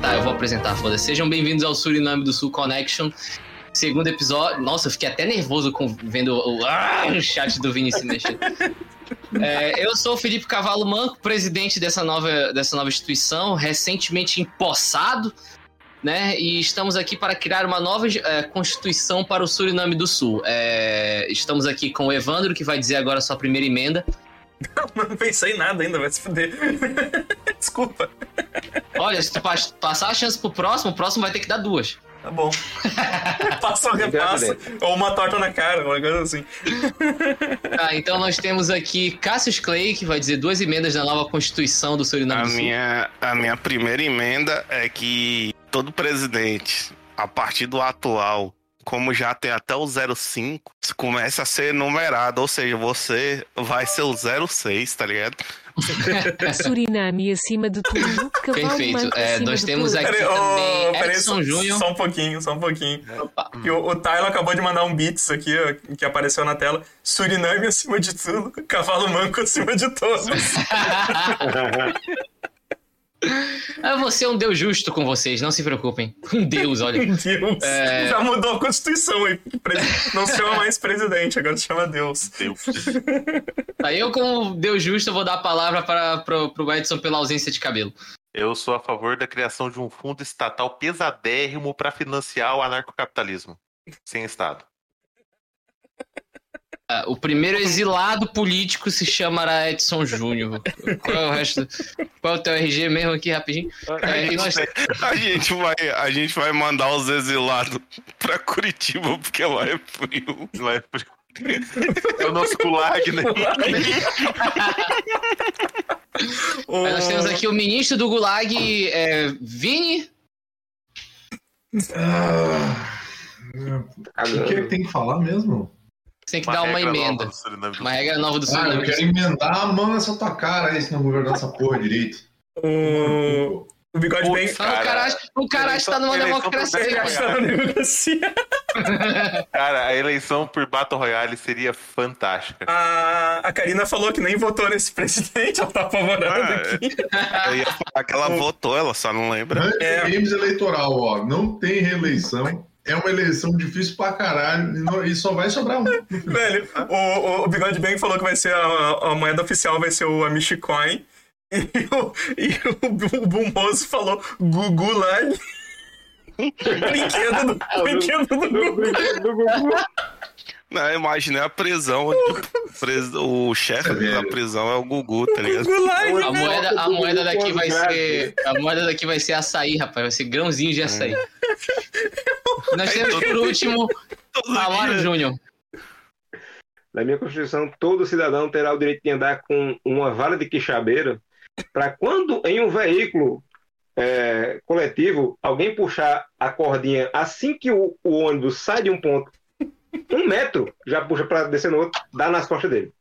Tá, apresentar, foda -se. Sejam bem-vindos ao Suriname do Sul Connection. Segundo episódio. Nossa, eu fiquei até nervoso com, vendo o, ah, o chat do Vini se mexer. É, eu sou o Felipe Cavalo Manco, presidente dessa nova, dessa nova instituição, recentemente empossado, né? E estamos aqui para criar uma nova é, constituição para o Suriname do Sul. É, estamos aqui com o Evandro, que vai dizer agora a sua primeira emenda. Não, não pensei em nada ainda, vai se fuder. Desculpa. Olha, se tu pas- passar a chance pro próximo, o próximo vai ter que dar duas. Tá bom. passa ou repassa. Ou uma torta na cara, uma coisa assim. Tá, então nós temos aqui Cassius Clay, que vai dizer duas emendas na nova Constituição do Suriname A do Sul. minha, a minha primeira emenda é que todo presidente, a partir do atual, como já tem até o 05, começa a ser numerado, ou seja, você vai ser o 06, tá ligado? Suriname acima de tudo. Cavalo Perfeito. manco É, acima nós de temos tudo. aqui- Peraí, também, é ô, peraí, Edson só, Júnior. só um pouquinho, só um pouquinho. Opa. Que o, o Tyler acabou de mandar um beats aqui, ó, que apareceu na tela. Suriname acima de tudo, cavalo manco acima de todos. Ah, você é um Deus justo com vocês, não se preocupem. Um Deus, olha. Meu Deus. É. Já mudou a constituição aí. Presi- Não se chama mais presidente, agora se chama Deus. Tá, eu, como Deus justo, eu vou dar a palavra para, pro, pro Edson pela ausência de cabelo. Eu sou a favor da criação de um fundo estatal pesadérrimo para financiar o anarcocapitalismo. Sem Estado. Ah, o primeiro exilado político se chamará Edson Júnior. Qual é o resto? do- Qual é o teu RG mesmo aqui, rapidinho? É, e nós- A gente vai, a gente vai mandar os exilados pra Curitiba, porque lá é frio. Não é... é o nosso gulag, né? O- nós temos aqui o ministro do Gulag, é, Vini. Ah, O que é que tem que falar mesmo? Você tem que dar uma regra nova emenda. do Suriname do Uma regra nova do Ah, eu Suriname. quero emendar a mão nessa tua cara aí, se não governar essa porra direito. O, o bigode Putz, bem. Ah, o cara, o cara acha que tá numa Eleição- democracia. Ele eleição cara. acha na democracia. Cara, a eleição por Battle Royale seria fantástica. A, a Karina falou que nem votou nesse presidente, ela tá apavorada Ah, aqui. Eu ia falar que ela votou, ela só não lembra. É. Games eleitoral, ó. Não tem reeleição. É uma eleição difícil pra caralho. e não- E só vai sobrar um. Velho, o, o, o Bigode Bang falou que vai ser a, a moeda oficial, vai ser o Amish Coin. E o, e o, Bu- o Bumoso falou Gugu Lag. brinquedo do, brinquedo do Gugu. Não, eu imaginei a prisão. onde o pres- o chefe da prisão é o Gugu, tá ligado? Gugu né? Lag. A moeda, a moeda daqui vai ser. A moeda daqui vai ser açaí, rapaz. Vai ser grãozinho de açaí. Nós temos por último Amaro Júnior. Na minha Constituição, todo cidadão terá o direito de andar com uma vara de quixabeira para quando em um veículo é, coletivo alguém puxar a cordinha assim que o, o ônibus sai de um ponto, um metro, já puxa para descer no outro, dá nas costas dele.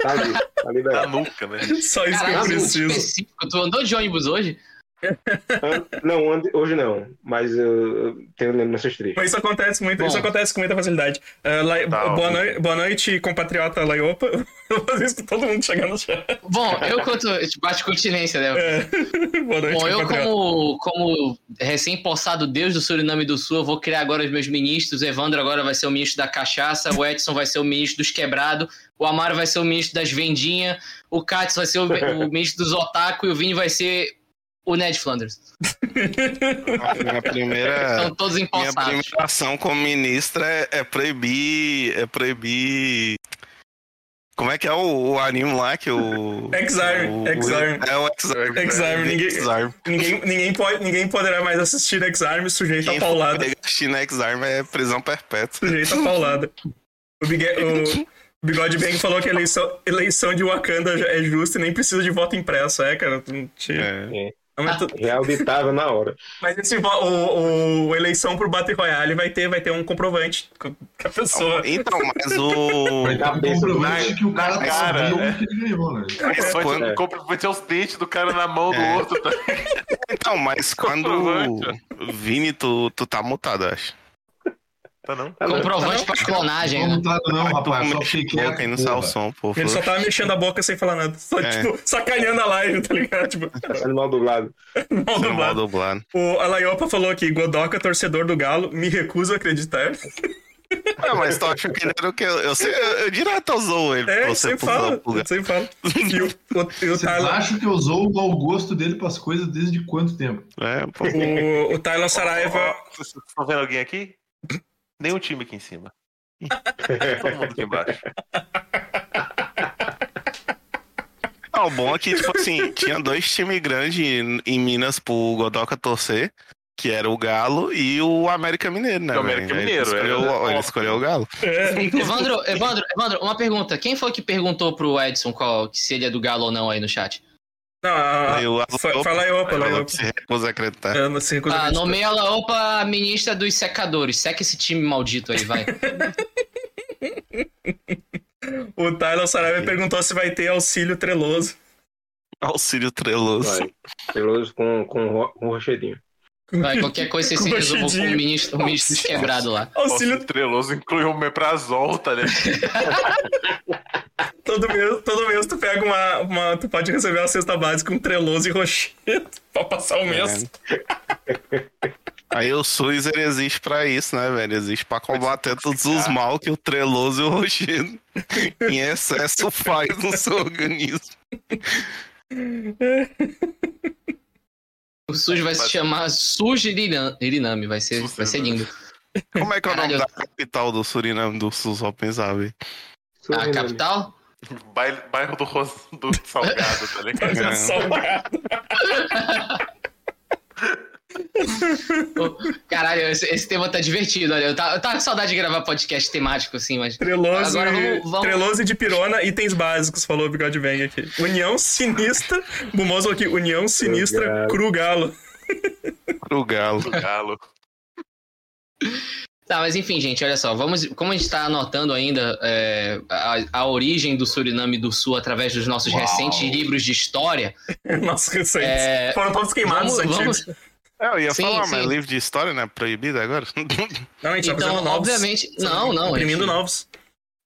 Tá ali, tá Na liberado. nuca, né? Só isso que eu Caralho, preciso. específico. Tu andou de ônibus hoje? An- Não, ande- hoje não, mas eu eu tenho lembranças tristes. Mas Isso acontece muito, isso Bom. acontece com muita facilidade. Ah, Lai- Tá, boa, ó. noi- boa noite, compatriota Laiopa. Eu faço isso com todo mundo chegando no chat. Bom, eu quanto. Tipo, bate continência, né? É. Boa noite, Bom, eu compatriota. como, como recém-possado Deus do Suriname do Sul, eu vou criar agora os meus ministros. Evandro agora vai ser o ministro da cachaça, o Edson vai ser o ministro dos quebrados, o Amaro vai ser o ministro das vendinhas, o Katz vai ser o, o ministro dos otaku e o Vini vai ser o Ned Flanders. A minha primeira, São todos É, minha empossados. primeira ação como ministra é, é proibir. É proibir. Como é que é o, o anime lá que o. X-Arm, o- X-Arm. É o X-Arm. X-Arm, ninguém- Ninguém, ninguém, pode, ninguém poderá mais assistir X-Arm sujeito a Quem paulada. for China X-Arm é prisão perpétua. Sujeito a paulada. O, Bigue- o- o Bigode Bang falou que a eleição, eleição de Wakanda já é justa e nem precisa de voto impresso. É, cara. tu não te- É. Não, mas, tu- Reauditável na hora. mas esse vo- o, o- a eleição pro Battle Royale vai ter, vai ter um comprovante com- que a pessoa. Então, mas o. Vai dar um Cabeça do comprovante Nike, que o cara na tá cara, sabendo né? que ele ganhou, né? Mas Vai quando, ter, compra- vai ter os dentes do cara na mão do É. outro. Tá? então, mas quando. Comprovante. Vini, tu, tu tá mutado, acho. Tá não? Tá não? Comprovante pra clonagem, né? Não tá não, rapaz. Só Mexe fiquei boca aí no salsão, pô. Ele só tava mexendo a boca sem falar nada. Só, É. tipo, sacaneando a live, tá ligado? Tipo, Tá sendo mal dublado. mal Sendo mal dublado. dublado. O Alaiopa falou aqui, Godoca, torcedor do Galo, me recuso a acreditar. É, mas tu acha que ele era o quê? Eu, eu, sei- eu, eu direto zoou ele É, pra eu você sempre pro falo, Zambuga. eu sempre falo. E o, o, e o Vocês Tyler- acham que eu usou o mau gosto dele pras coisas desde quanto tempo? É, pô. o, o Tyler Saraiva Ó, Vocês estão vendo alguém aqui? Nenhum time aqui em cima. Todo mundo aqui embaixo. Ah, o bom é que, tipo assim, tinha dois times grandes em, em Minas pro Godoca torcer, que era o Galo e o América Mineiro, né? O América velho? Ele Mineiro, escolheu- era- Ele escolheu o Galo. Evandro, Evandro, Evandro, uma pergunta. Quem foi que perguntou pro Edson qual, que se ele é do Galo ou não aí no chat? Não, a- Aí o Alô- Ah, fa- fala aí, opa, Falou lá, que se recusa a acreditar. É, mas se recusa a Ah, acreditar. nomeia ela, opa, ministra dos secadores. Seca esse time maldito aí, vai. O Tyler Saraiva perguntou se vai ter auxílio treloso. Auxílio Treloso. Vai. Peloso com, com, ro- com rochedinho. Vai, qualquer coisa vocês se resolvam com o Coxidinho. ministro, o ministro quebrado lá. Auxílio Auxílio Treloso inclui o Meprazol, tá ligado? todo mês, todo mês tu pega uma, uma- Tu pode receber uma cesta básica, um treloso e rochedo pra passar o mês. Aí o SUS ele existe pra isso, né, velho? Existe pra combater todos os mal que o Treloso e o Rochedo em excesso faz no seu organismo. O SUS vai se chamar SUS Irinam- Iriname, vai ser, SUS vai ser Iriname. lindo. Como é que é o nome Caralho. da capital do Suriname do SUS, só quem sabe? A Ah, capital? Bairro, bairro do, Ros- do Salgado, tá ligado? É, Olha só, um cara. Caralho, esse, esse tema tá divertido. Olha, eu tava, eu tava com saudade de gravar podcast temático, assim, mas. Treloso, Agora e, vamos- vamos- Treloso e de pirona, itens básicos, falou o Bigode Bang aqui. União Sinistra, Bumoso aqui, União Sinistra, Cru Galo. Pro Galo. Do Galo. Tá, mas enfim, gente, olha só. Vamos, como a gente tá anotando ainda é, a, a origem do Suriname do Sul através dos nossos Uau. recentes livros de história. Nossos recentes. É, Foram todos queimados, Vamos, antigos. vamos, É, eu ia Sim, falar, mas sim. livro de história, né? Proibido agora. Não, a gente tá então, fazendo novos. obviamente. Não, não. Imprimindo gente. novos.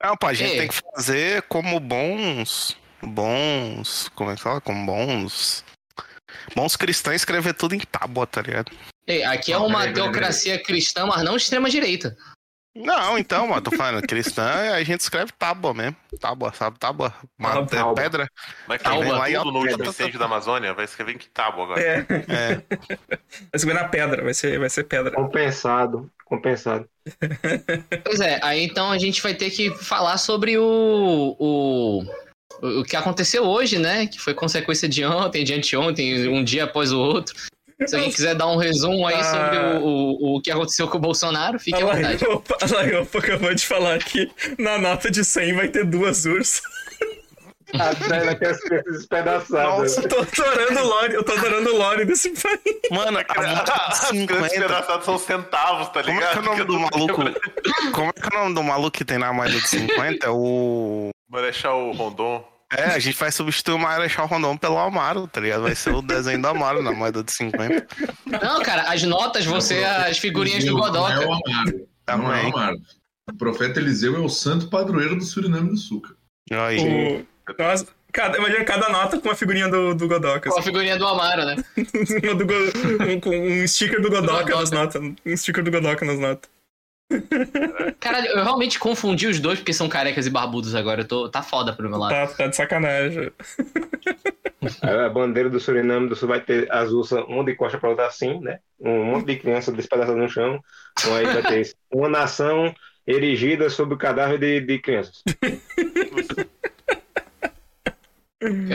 Não, pô, a gente É. tem que fazer como bons. Bons. Como é que fala? Como bons. Bons cristãos escrever tudo em tábua, tá ligado? Ei, aqui é uma teocracia cristã, mas não extrema-direita. Não, então, mano, tô falando, cristã, a gente escreve tábua mesmo. Tábua, sabe? Tábua. Mata, Tábua. é pedra. Mas quem Calma. vê tudo no último incêndio da Amazônia vai escrever em que tábua agora. É. É. Vai ser na pedra, vai ser, vai ser pedra. Compensado. Compensado. Pois é, aí então a gente vai ter que falar sobre o. o... O que aconteceu hoje, né? Que foi consequência de ontem, de anteontem, um dia após o outro. Se alguém quiser dar um resumo aí Ah. sobre o, o, o que aconteceu com o Bolsonaro, fique à a vontade. Laiopa, a Laiopa acabou de falar que na nota de 100 vai ter duas ursas. Até ela quer ser despedaçada. Nossa, Eu tô adorando o Lore, eu tô adorando o Lore desse país. Mano, a nota de As grandes 50. pedaçadas são centavos, Como é tá que ligado? é o nome Eu né? do não maluco? lembro. Como é que é o nome do maluco que tem na moeda de 50? É o. Marechal Rondon. É, a gente vai substituir o Marechal Rondon pelo Amaro, tá ligado? Vai ser o desenho do Amaro na moeda de 50. Não, cara, as notas, você, as figurinhas do Não é Godoca. o Amaro. Não é o Também. Amaro. O profeta Eliseu é o santo padroeiro do Suriname do Sul. cara. Olha aí. O, nossa, cada, imagina cada nota com uma figurinha do, do Com Godoka. a assim. figurinha do Amaro, né? Uma do Go- um, com um sticker do Godoka Godoka. nas notas. Um sticker do Godoka nas notas. Caralho, eu realmente confundi os dois porque são carecas e barbudos agora. Eu tô, tá foda pro meu lado. Tá, tá de um sacanagem. A bandeira do Suriname do Sul vai ter as ursas, uma de costa pra outra assim, né? Um monte de criança despedaçada no chão. Então aí vai ter isso. uma nação erigida sobre o cadáver de, de crianças.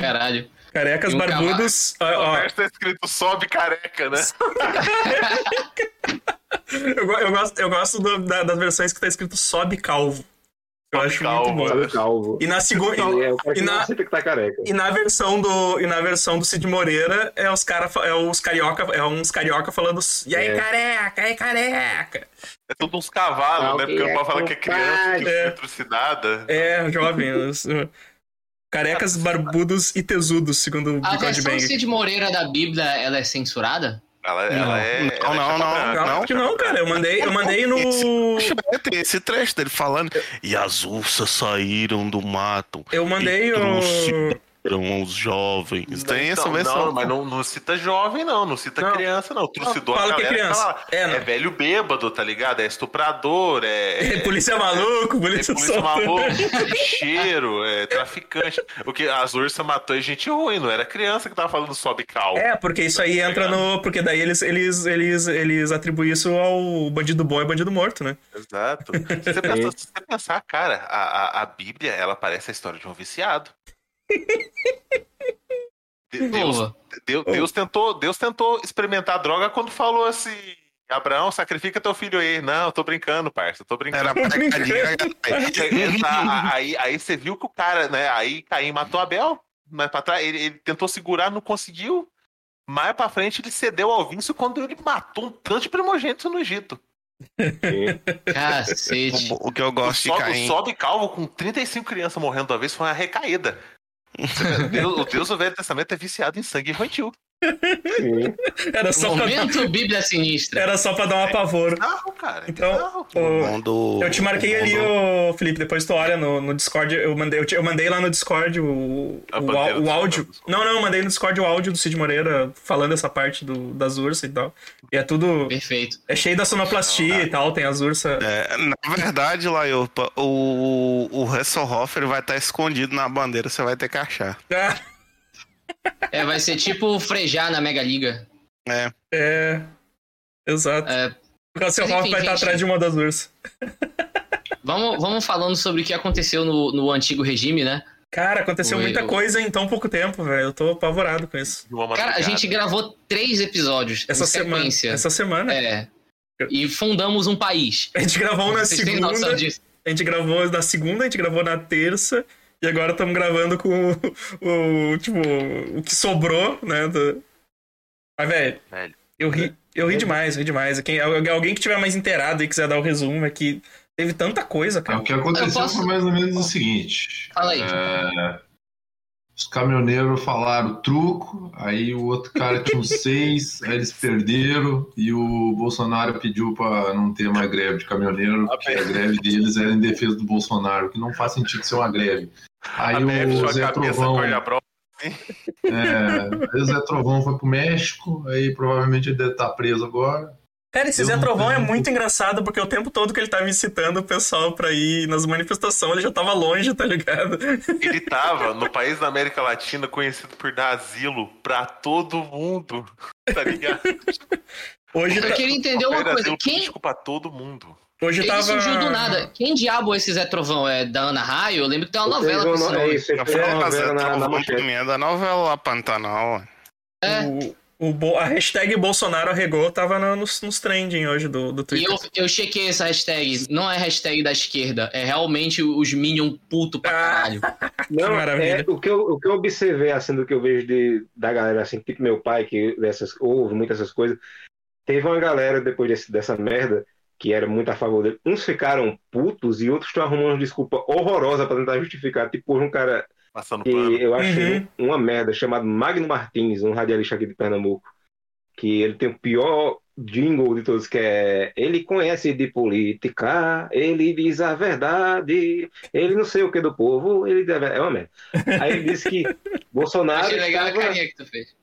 Caralho. Carecas, E um barbudos. ó, O ó, resto tá escrito sobe careca, né? eu, go- eu gosto, eu gosto do- da- das versões que tá escrito sobe calvo. Eu acho calvo, muito bom. Sabe o calvo. E na segunda. Ele é o cara que e na- não aceita que tá careca. E na versão do e na versão do Cid Moreira é os cara fa- é os carioca é uns carioca falando e aí É. careca, e aí careca. É tudo uns cavalos, Ah, né? Porque não pode falar que é criança, que É. é trucidada. É, jovem. os- Carecas, barbudos e tesudos, segundo o A Bigode versão Bang. Cid Moreira da Bíblia, ela é censurada? Ela, Não. ela é. Não, ela é não, chapa Ah, não. branca. Claro que não, cara. Eu mandei, eu mandei no. Esse, esse trecho dele falando. E as ursas saíram do mato. Eu mandei o. Eram os jovens. Então, Tem essa Não, versão. mas não, não cita jovem, não. Não cita Não. criança, não. Trucidou a Fala que é galera, criança. fala, É, É, não. velho bêbado, tá ligado? É estuprador, é. É, polícia maluco, É polícia, polícia solta. maluco, lixeiro, é traficante. O que as ursas matou é gente ruim, não era criança que tava falando sobe cal. É, porque isso aí entra no. Porque daí eles, eles, eles, eles atribuem isso ao bandido bom e bandido morto, né? Exato. Se É. você, pensar, se você pensar, cara, a, a, a Bíblia, ela parece a história de um viciado. De- Deus, Boa. Deu- Oh. Deus, tentou, Deus tentou experimentar a droga quando falou assim: Abraão, sacrifica teu filho aí. Não, eu tô brincando, parça, eu tô brincando. Era é pegadinha. Uhum. Tá, aí, aí você viu que o cara, né? Aí Caim matou Abel, mas pra trás, ele, ele tentou segurar, não conseguiu. Mais pra frente ele cedeu ao vício quando ele matou um tanto de primogênitos no Egito. Tá Cacete. O que eu O gosto de sobe, o cair. sobe calvo com 35 crianças morrendo de uma vez foi uma recaída. Deus- o Deus do Velho Testamento é viciado em sangue infantil. Sim. Era só pra, dar- Um Momento Bíblia né? Sinistra. era só pra dar um apavoro. Não, cara. é Então, bizarro. Ô, Mundo, Eu te marquei o ali, mundo- ô, Felipe, depois tu olha no, no Discord, eu mandei, eu, te- eu mandei lá no Discord o, A o, bandeira au- o do áudio. Cid Moreira. Não, não, eu mandei no Discord o áudio do Cid Moreira falando essa parte do, das ursas e tal. E é tudo. Perfeito. É cheio da sonoplastia e tal, tem as ursas. É, na verdade, Laiopa, o, o Hasselhoff ele vai estar escondido na bandeira, você vai ter que achar. Ah, É, vai ser tipo frejar na Mega Liga. É, é. Exato. É, o seu mas Ralph enfim, vai estar gente. atrás de uma das ursas. vamos, vamos falando sobre o que aconteceu no, no antigo regime, né? Cara, aconteceu Oi, muita eu- coisa em tão pouco tempo, velho. Eu tô apavorado com isso. De uma Cara, a madrugada. gente gravou três episódios Essa em semana. sequência. Essa semana. É. E fundamos um país. A gente gravou na Vocês têm noção é segunda. disso? A gente gravou na segunda, a gente gravou na terça. E agora estamos gravando com o, o- Tipo, o que sobrou, né? do- Mas, velho. Velho. Eu ri, eu ri demais, ri demais. Quem, al- alguém que tiver mais inteirado e quiser dar o resumo é que teve tanta coisa, É, cara. o que aconteceu Eu posso- foi mais ou menos o seguinte. Fala aí. É, Os caminhoneiros falaram truco, aí o outro cara tinha uns seis, aí eles perderam, e o Bolsonaro pediu pra não ter mais greve de caminhoneiro, porque a greve deles era em defesa do Bolsonaro, que não faz sentido ser uma greve. Aí a Beth o sua Zé cabeça Trovão. cor de abro- É, aí o Zé Trovão foi pro México, aí provavelmente ele deve estar preso agora. Cara, esse Eu Zé não Trovão é tenho- muito engraçado porque o tempo todo que ele tava incitando o pessoal pra ir nas manifestações, ele já tava longe, tá ligado? Ele tava no país da América Latina conhecido por dar asilo pra todo mundo. Tá ligado? Hoje, Eu tá- queria entender uma Era coisa. asilo Quem, político pra todo mundo. hoje ele tava. surgiu do nada. Quem diabo é esse Zé Trovão? É da Ana Raio? Eu lembro que tem uma novela com Teve esse uma- É nome. isso, ele eu fez uma falo é, novela na, na manchete. da novela lá, Pantanal. ué. É. O, o Bo- a hashtag Bolsonaro arregou tava na- nos, nos trending hoje do, do E Twitter. eu, eu chequei essa hashtag. Não é hashtag da esquerda. É realmente os Minion puto pra Ah. caralho. Que Não, maravilha. é, o, que eu, o que eu observei, assim, do que eu vejo de, da galera, assim, tipo meu pai, que dessas, ouve muitas essas coisas, teve uma galera, depois desse- dessa merda, que era muito a favor dele. Uns ficaram putos e outros estão arrumando uma desculpa horrorosa pra tentar justificar. Tipo, hoje um cara Passando que pano. eu achei Uhum. uma merda, chamado Magno Martins, um radialista aqui de Pernambuco, que ele tem o pior jingle de todos, que é ele conhece de política, ele diz a verdade, ele não sei o que do povo, ele deve... é uma merda. Aí ele disse que Bolsonaro Achei legal a estava- carinha que tu fez.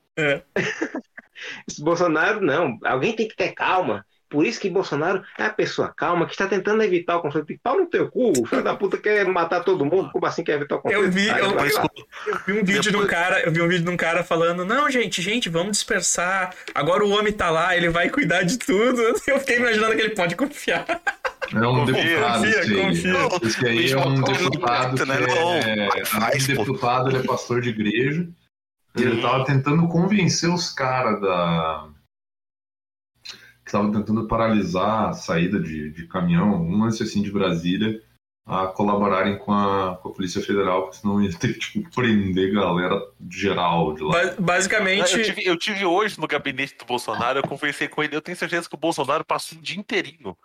esse Bolsonaro não, alguém tem que ter calma. Por isso que Bolsonaro é a pessoa calma que está tentando evitar o conflito. E Pau no teu cu, o filho da puta quer matar todo mundo, como assim quer evitar o conflito? Eu vi, Ah, eu- vai lá. Eu vi um vídeo de um Depois- cara, eu vi um vídeo de um cara falando: "Não, gente, gente, vamos dispersar. Agora o homem tá lá, ele vai cuidar de tudo". Eu fiquei imaginando que ele pode confiar. É um Confia, deputado, confia, esse aí. confia. Esse aí é Bicho, um não conta, deputado que né? é, Não, faz, além de pô. deputado, ele é pastor de igreja. E ele Hum. tava tentando convencer os caras da. que estavam tentando paralisar a saída de, de caminhão, um lance assim de Brasília, a colaborarem com a, com a Polícia Federal, porque senão ia ter que tipo, prender galera geral de lá. Ba- Eu basicamente, tive, eu tive hoje no gabinete do Bolsonaro, eu conversei com ele, eu tenho certeza que o Bolsonaro passou o dia inteirinho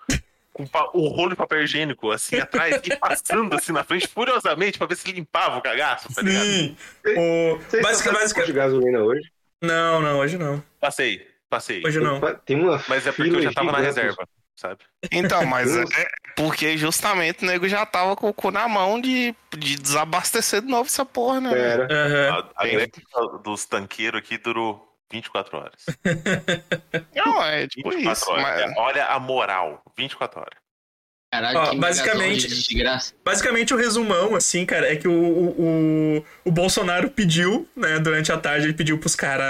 com pa- o rolo de papel higiênico, assim, atrás, e passando assim na frente, furiosamente, pra ver se limpava o cagaço, tá ligado? sim. O Vocês basica- passaram basica- por de gasolina hoje? Não, não, hoje não. Passei. Passei. Hoje não. Tem uma Mas é porque eu fila já tava na gigante. reserva, sabe? Então, mas é porque justamente o nego já tava com o cu na mão de, de desabastecer de novo essa porra, né? velho? Era. Aham. A, a greve dos tanqueiros aqui durou 24 horas. Não, é tipo 24 isso. horas. mas- É, Olha a moral. 24 horas. Caralho, Ó, que basicamente- basicamente... de desgraça. Basicamente, o resumão, assim, cara, é que o, o, o, o Bolsonaro pediu, né, durante a tarde, ele pediu pros caras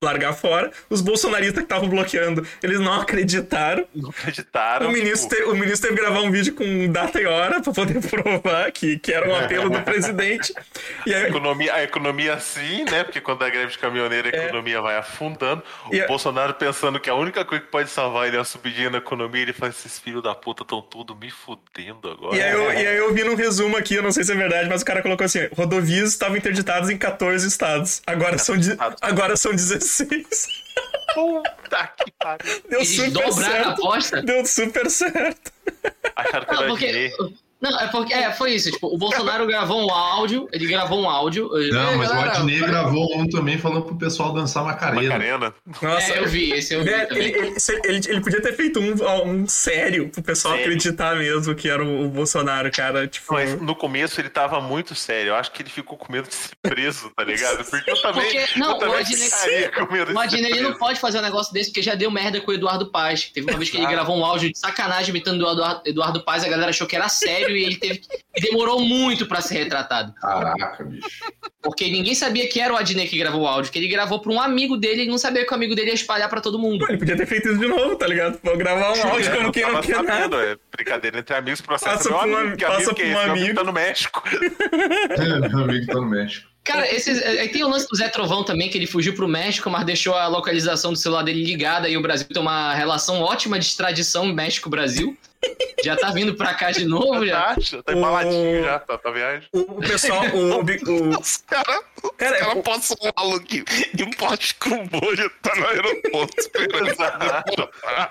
largar fora. Os bolsonaristas que estavam bloqueando, eles não acreditaram. Não acreditaram. O ministro, tipo, teve, o ministro teve que gravar um vídeo com data e hora pra poder provar que, que era um apelo do presidente. E a aí, economia, a economia assim, né? Porque quando a greve de caminhoneiro, a É. economia vai afundando. O E é- a- Bolsonaro pensando que a única coisa que pode salvar ele é a subidinha na economia. Ele faz esses filhos da puta estão tudo me fudendo agora. e aí, eu, e aí eu vi num resumo aqui, eu não sei se é verdade, mas o cara colocou assim: rodovias estavam interditadas em 14 estados. Agora são, de- agora são 16. Puta que pariu. Deu Eles super dobraram a certo. aposta. Deu super certo. Acharam que Não, era porque. dinheiro. Não, é porque. É, foi isso. Tipo, o Bolsonaro gravou um áudio. Ele gravou um áudio. ele- Não, "Ei, mas o galera, Adnei gravou um também falando pro pessoal dançar Macarena. Macarena. Nossa, É, eu vi, esse eu vi É, também. ele, ele- se- ele- ele podia ter feito um, um sério pro pessoal Sério. acreditar mesmo que era o, o Bolsonaro, cara. Tipo, Mas no começo ele tava muito sério. Eu acho que ele ficou com medo de ser preso, tá ligado? Porque eu também. Porque- não, eu também o Adnet- ficaria com medo de O Adnet, ser ele preso. não pode fazer um negócio desse porque já deu merda com o Eduardo Paz. Teve uma vez que ele Exato. gravou um áudio de sacanagem imitando o Eduardo, Eduardo Paz, a galera achou que era sério e ele teve que- e demorou muito pra ser retratado. Caraca, bicho. Porque ninguém sabia que era o Adnet que gravou o áudio, que ele gravou pra um amigo dele, ele não sabia que o amigo dele ia espalhar pra todo mundo. Pô, ele podia ter feito isso de novo, tá ligado? Vou gravar um áudio como quem não tava quer nada. sabendo, É brincadeira entre amigos, processo Passa meu pra um amigo, ami- que passa amigo que é pra um esse, meu amigo. amigo tá no México. Meu amigo tá no México. Cara, esses- aí tem o lance do Zé Trovão também, que ele fugiu pro México, mas deixou a localização do celular dele ligada e o Brasil tem uma relação ótima de extradição México-Brasil. Já tá vindo pra cá de novo, já. Tá, já tá O- embaladinho já, tá, tá viagem. O, o pessoal, o, o, bi- o- Os caras Cara, cara o- passam um maluco que- em pote com bolha, tá no aeroporto esperando. Exato,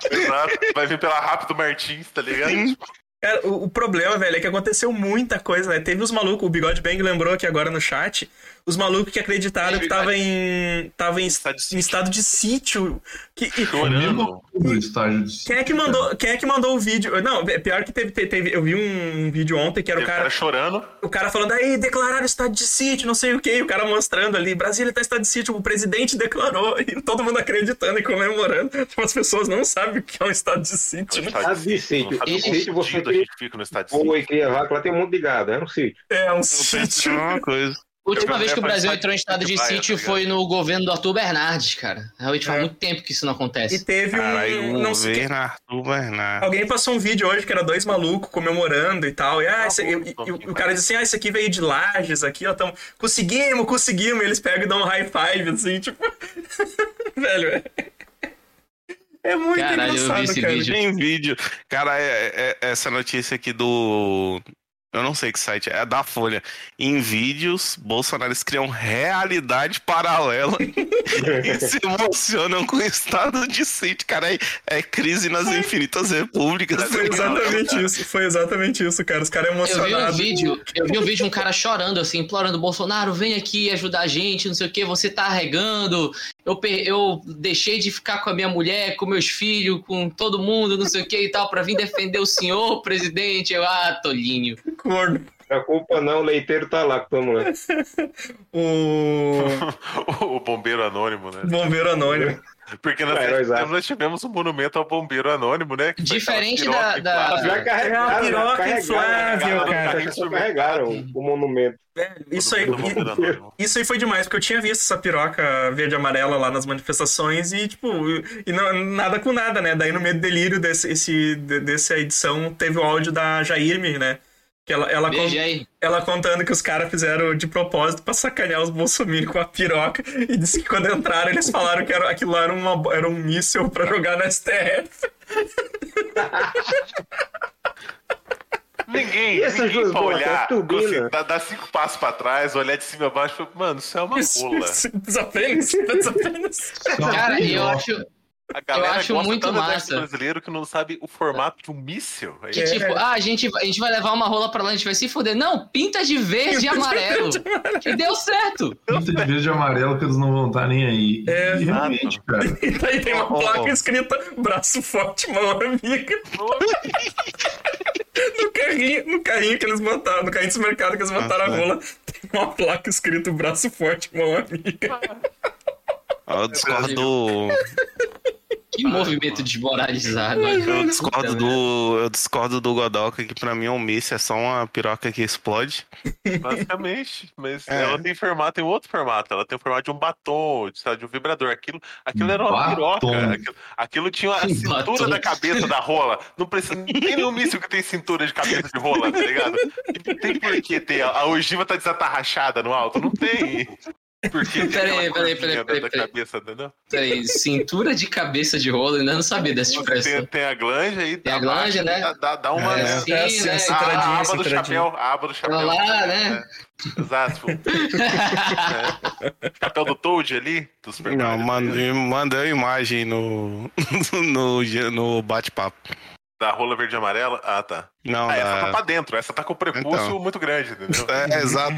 exato. Vai vir pela Rápido Martins, tá ligado? cara, o, o problema, velho, é que aconteceu muita coisa, né? Teve os malucos, o Bigode Bang lembrou aqui agora no chat, os malucos que acreditaram É que tava em. tava em, Estado de em estado de sítio. Que, e- Chorando. No É estágio de... quem é que mandou Quem é que mandou o vídeo? Não, é pior que teve, teve- teve- Eu vi um vídeo ontem que era o Teve cara... é cara. chorando. O cara falando, aí, declararam estado de sítio, não sei o que, o cara mostrando ali, Brasília tá em estado de sítio, o presidente declarou, e todo mundo acreditando e comemorando. Tipo, as pessoas não sabem o que é um estado de sítio, né? Estado de sítio. Não sabe Esse o sítio você sentido a gente fica no estado de sítio. Foi, cria vaca, lá tem um monte de gado, era um sítio. É um Eu penso a sítio. mesma coisa. Última Eu vez que o quero Brasil participar entrou em estado de de Atibaia, sítio tá foi no governo do Arthur Bernardes, cara. Realmente faz É. muito tempo que isso não E acontece. teve Caralho, um. o Não sei, governo Arthur Bernardo. alguém passou um vídeo hoje que era dois malucos comemorando e tal. E, Tá ah, esse- e- e- e o cara disse assim: ah, isso aqui veio de Lages, aqui, ó, tamo. Conseguimos, conseguimos. E eles pegam e dão um high five, assim, tipo. Velho, é. É muito Caralho, eu vi engraçado, esse cara. vídeo. Tem vídeo. Cara, é- é- essa notícia aqui do. Eu não sei que site é, é da Folha. Em vídeos, bolsonaristas criam realidade paralela e se emocionam com o estado de sítio. Cara, é, é crise nas infinitas repúblicas. tá Foi é exatamente isso, foi exatamente isso, cara. Os caras Eu vi um emocionados. vídeo, eu vi um vídeo de um cara chorando, assim, implorando, Bolsonaro, vem aqui ajudar a gente, não sei o que, você tá regando, eu, per- eu deixei de ficar com a minha mulher, com meus filhos, com todo mundo, não sei o que e tal, pra vir defender o senhor, presidente. Eu, ah, Tolinho. Tá Corno. A é culpa não, o leiteiro tá lá com tua É. mulher. O O, o bombeiro anônimo, né? bombeiro anônimo. Porque na É, série exato. nós tivemos um monumento ao bombeiro anônimo, né? Que foi aquela Diferente da- piroca da- inflável. Já É a carregaram, piroca já carregaram, inflável, já cara. carregaram, só carregaram o monumento. Velho, isso aí. Do bombeiro anônimo. Isso aí foi demais, porque eu tinha visto essa piroca verde e amarela lá nas manifestações e, tipo, e não- nada com nada, né? Daí no meio do delírio desse, esse, de- dessa edição teve o áudio da Jairme, né? Que ela, ela, con- Beijo aí. ela contando que os caras fizeram de propósito pra sacanear os bolsominions com a piroca e disse que quando entraram eles falaram que era, aquilo lá era, uma, bo- era um míssil pra jogar na STF. Ninguém, E essas ninguém duas pra bolas, olhar, as turbinas? assim, dá, dá cinco passos pra trás, olhar de cima a baixo, e falar, mano, isso é uma Isso- rola. isso- Desapenas, desapenas. Não, Cara, que eu ó. acho, A galera acho gosta muito tanto do exército massa. brasileiro que não sabe o formato de um míssil. Aí Que É. tipo, ah, a gente, a gente vai levar uma rola pra lá, a gente vai se foder. Não, pinta de verde e amarelo. Que deu certo. Pinta de verde e amarelo que eles não vão estar nem aí. É, e realmente, cara. E daí tem uma Ó, ó, placa ó. escrita braço forte, mão amiga. no, carrinho, no carrinho que eles botaram, no carrinho de supermercado que eles botaram a Ah, tá. rola, tem uma placa escrita braço forte, mão amiga. Eu discordo do. Que movimento desmoralizado. Eu discordo do. Eu discordo do Godoka, que pra mim um míssil é só uma piroca que explode. Basicamente. Mas É. ela tem formato, tem outro formato. Ela tem o formato de um batom, de, sei lá, de um vibrador. Aquilo, aquilo era uma Batom. piroca. Aquilo, aquilo tinha a Um cintura batom. da cabeça da rola. Não precisa. Não tem nenhum míssil que tem cintura de cabeça de rola, tá ligado? Não tem por que ter. A ogiva tá desatarrachada no alto. Não tem. Por que ter Peraí, peraí, aquela peraí, curvinha da- peraí, da peraí. cabeça, entendeu? Peraí, cintura de cabeça de rolo, ainda não sabia dessa Você tem, expressão. tem a glanja aí. Tem a dá- glanja, né? Dá, dá, dá uma. É, né? sim, é assim, né? assim, A- entradinha, a assim, aba do entradinha. chapéu, a aba do chapéu. Pra lá, né? É, Exato. É. Chapéu do Toad ali, do né? Super Não, Mario. mandei, mandei imagem no. no, no bate-papo. Da rola verde e amarela. Ah, tá. Não, Ah, essa tá da... pra dentro. Essa tá com o prepúcio Então. muito grande, entendeu? É, exato.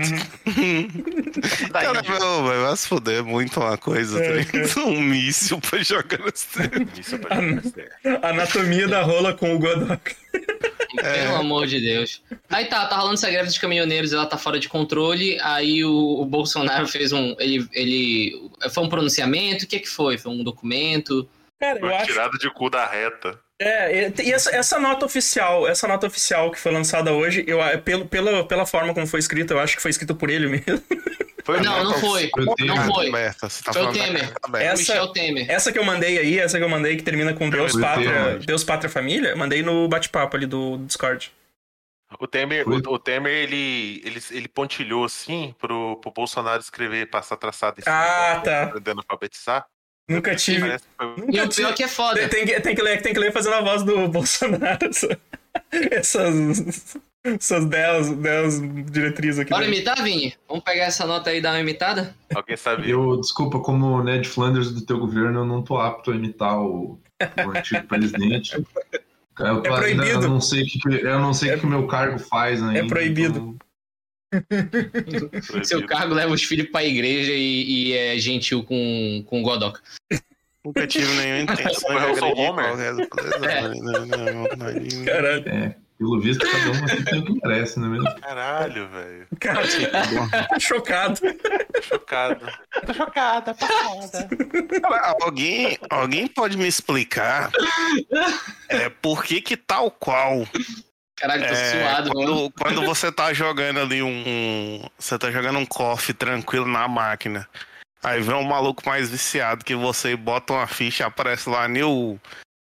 Daí, Cara, meu, velho, vai se fuder muito uma coisa. tá ligado? Um míssil pra jogar no isso é pra gente. Anatomia da rola com o Godoka. é. Pelo amor de Deus. Aí tá, tá rolando essa greve dos caminhoneiros, ela tá fora de controle. Aí o, o Bolsonaro fez um. Ele, ele. Foi um pronunciamento? O que é que foi? Foi um documento? Cara, eu Uma acho. tirada de cu da reta. É, e- e essa, essa nota oficial, essa nota oficial que foi lançada hoje, eu, a- pelo, pela, pela forma como foi escrita, eu acho que foi escrita por ele mesmo. Foi Não, não foi. Eu tenho- Não foi. Aberta. Você tá Foi o falando da Temer. carta aberta. Foi o Essa- Michel Temer. Essa que eu mandei aí, essa que eu mandei que termina com Deus, Foi Pátria, Temer. Deus, Pátria, Família, mandei no bate-papo ali do Discord. O Temer, o, o Temer ele, ele, ele pontilhou assim pro, pro Bolsonaro escrever, passar traçado em Ah, do- tá. Aprendendo a alfabetizar. Nunca tive. Parece que foi E Nunca o pior tive. é que é foda. Tem, tem que, tem, que ler, tem que ler fazendo a voz do Bolsonaro. essa- Essas. Essas 10, 10 diretrizes aqui. Bora dele. imitar, Vini? Vamos pegar essa nota aí e dar uma imitada? Alguém sabe? Eu, desculpa, como Ned Flanders do teu governo, eu não tô apto a imitar o, o antigo presidente. Cara, eu tô É ainda- proibido. eu não sei o que, que- eu não sei o É- que o meu cargo faz ainda. proibido. então- Proibido. Seu cargo leva os filhos pra igreja e, e é gentil com, com o Godoc. Nunca tive nenhuma intenção de Eu sou agredir Homer. qualquer coisa. É. Não, não, não. Caralho. pelo visto, cada um aqui tem o que merece, né? É mesmo? Caralho, velho. Cara, Tá tô chocado. Chocado. Tô chocada, passada. Cara, Alguém, alguém pode me explicar é, por que que tal qual Caralho, tô é, suado, mano. quando, quando você tá jogando ali um, um- você tá jogando um coffee tranquilo na máquina aí vem um maluco mais viciado que você e bota uma ficha aparece lá new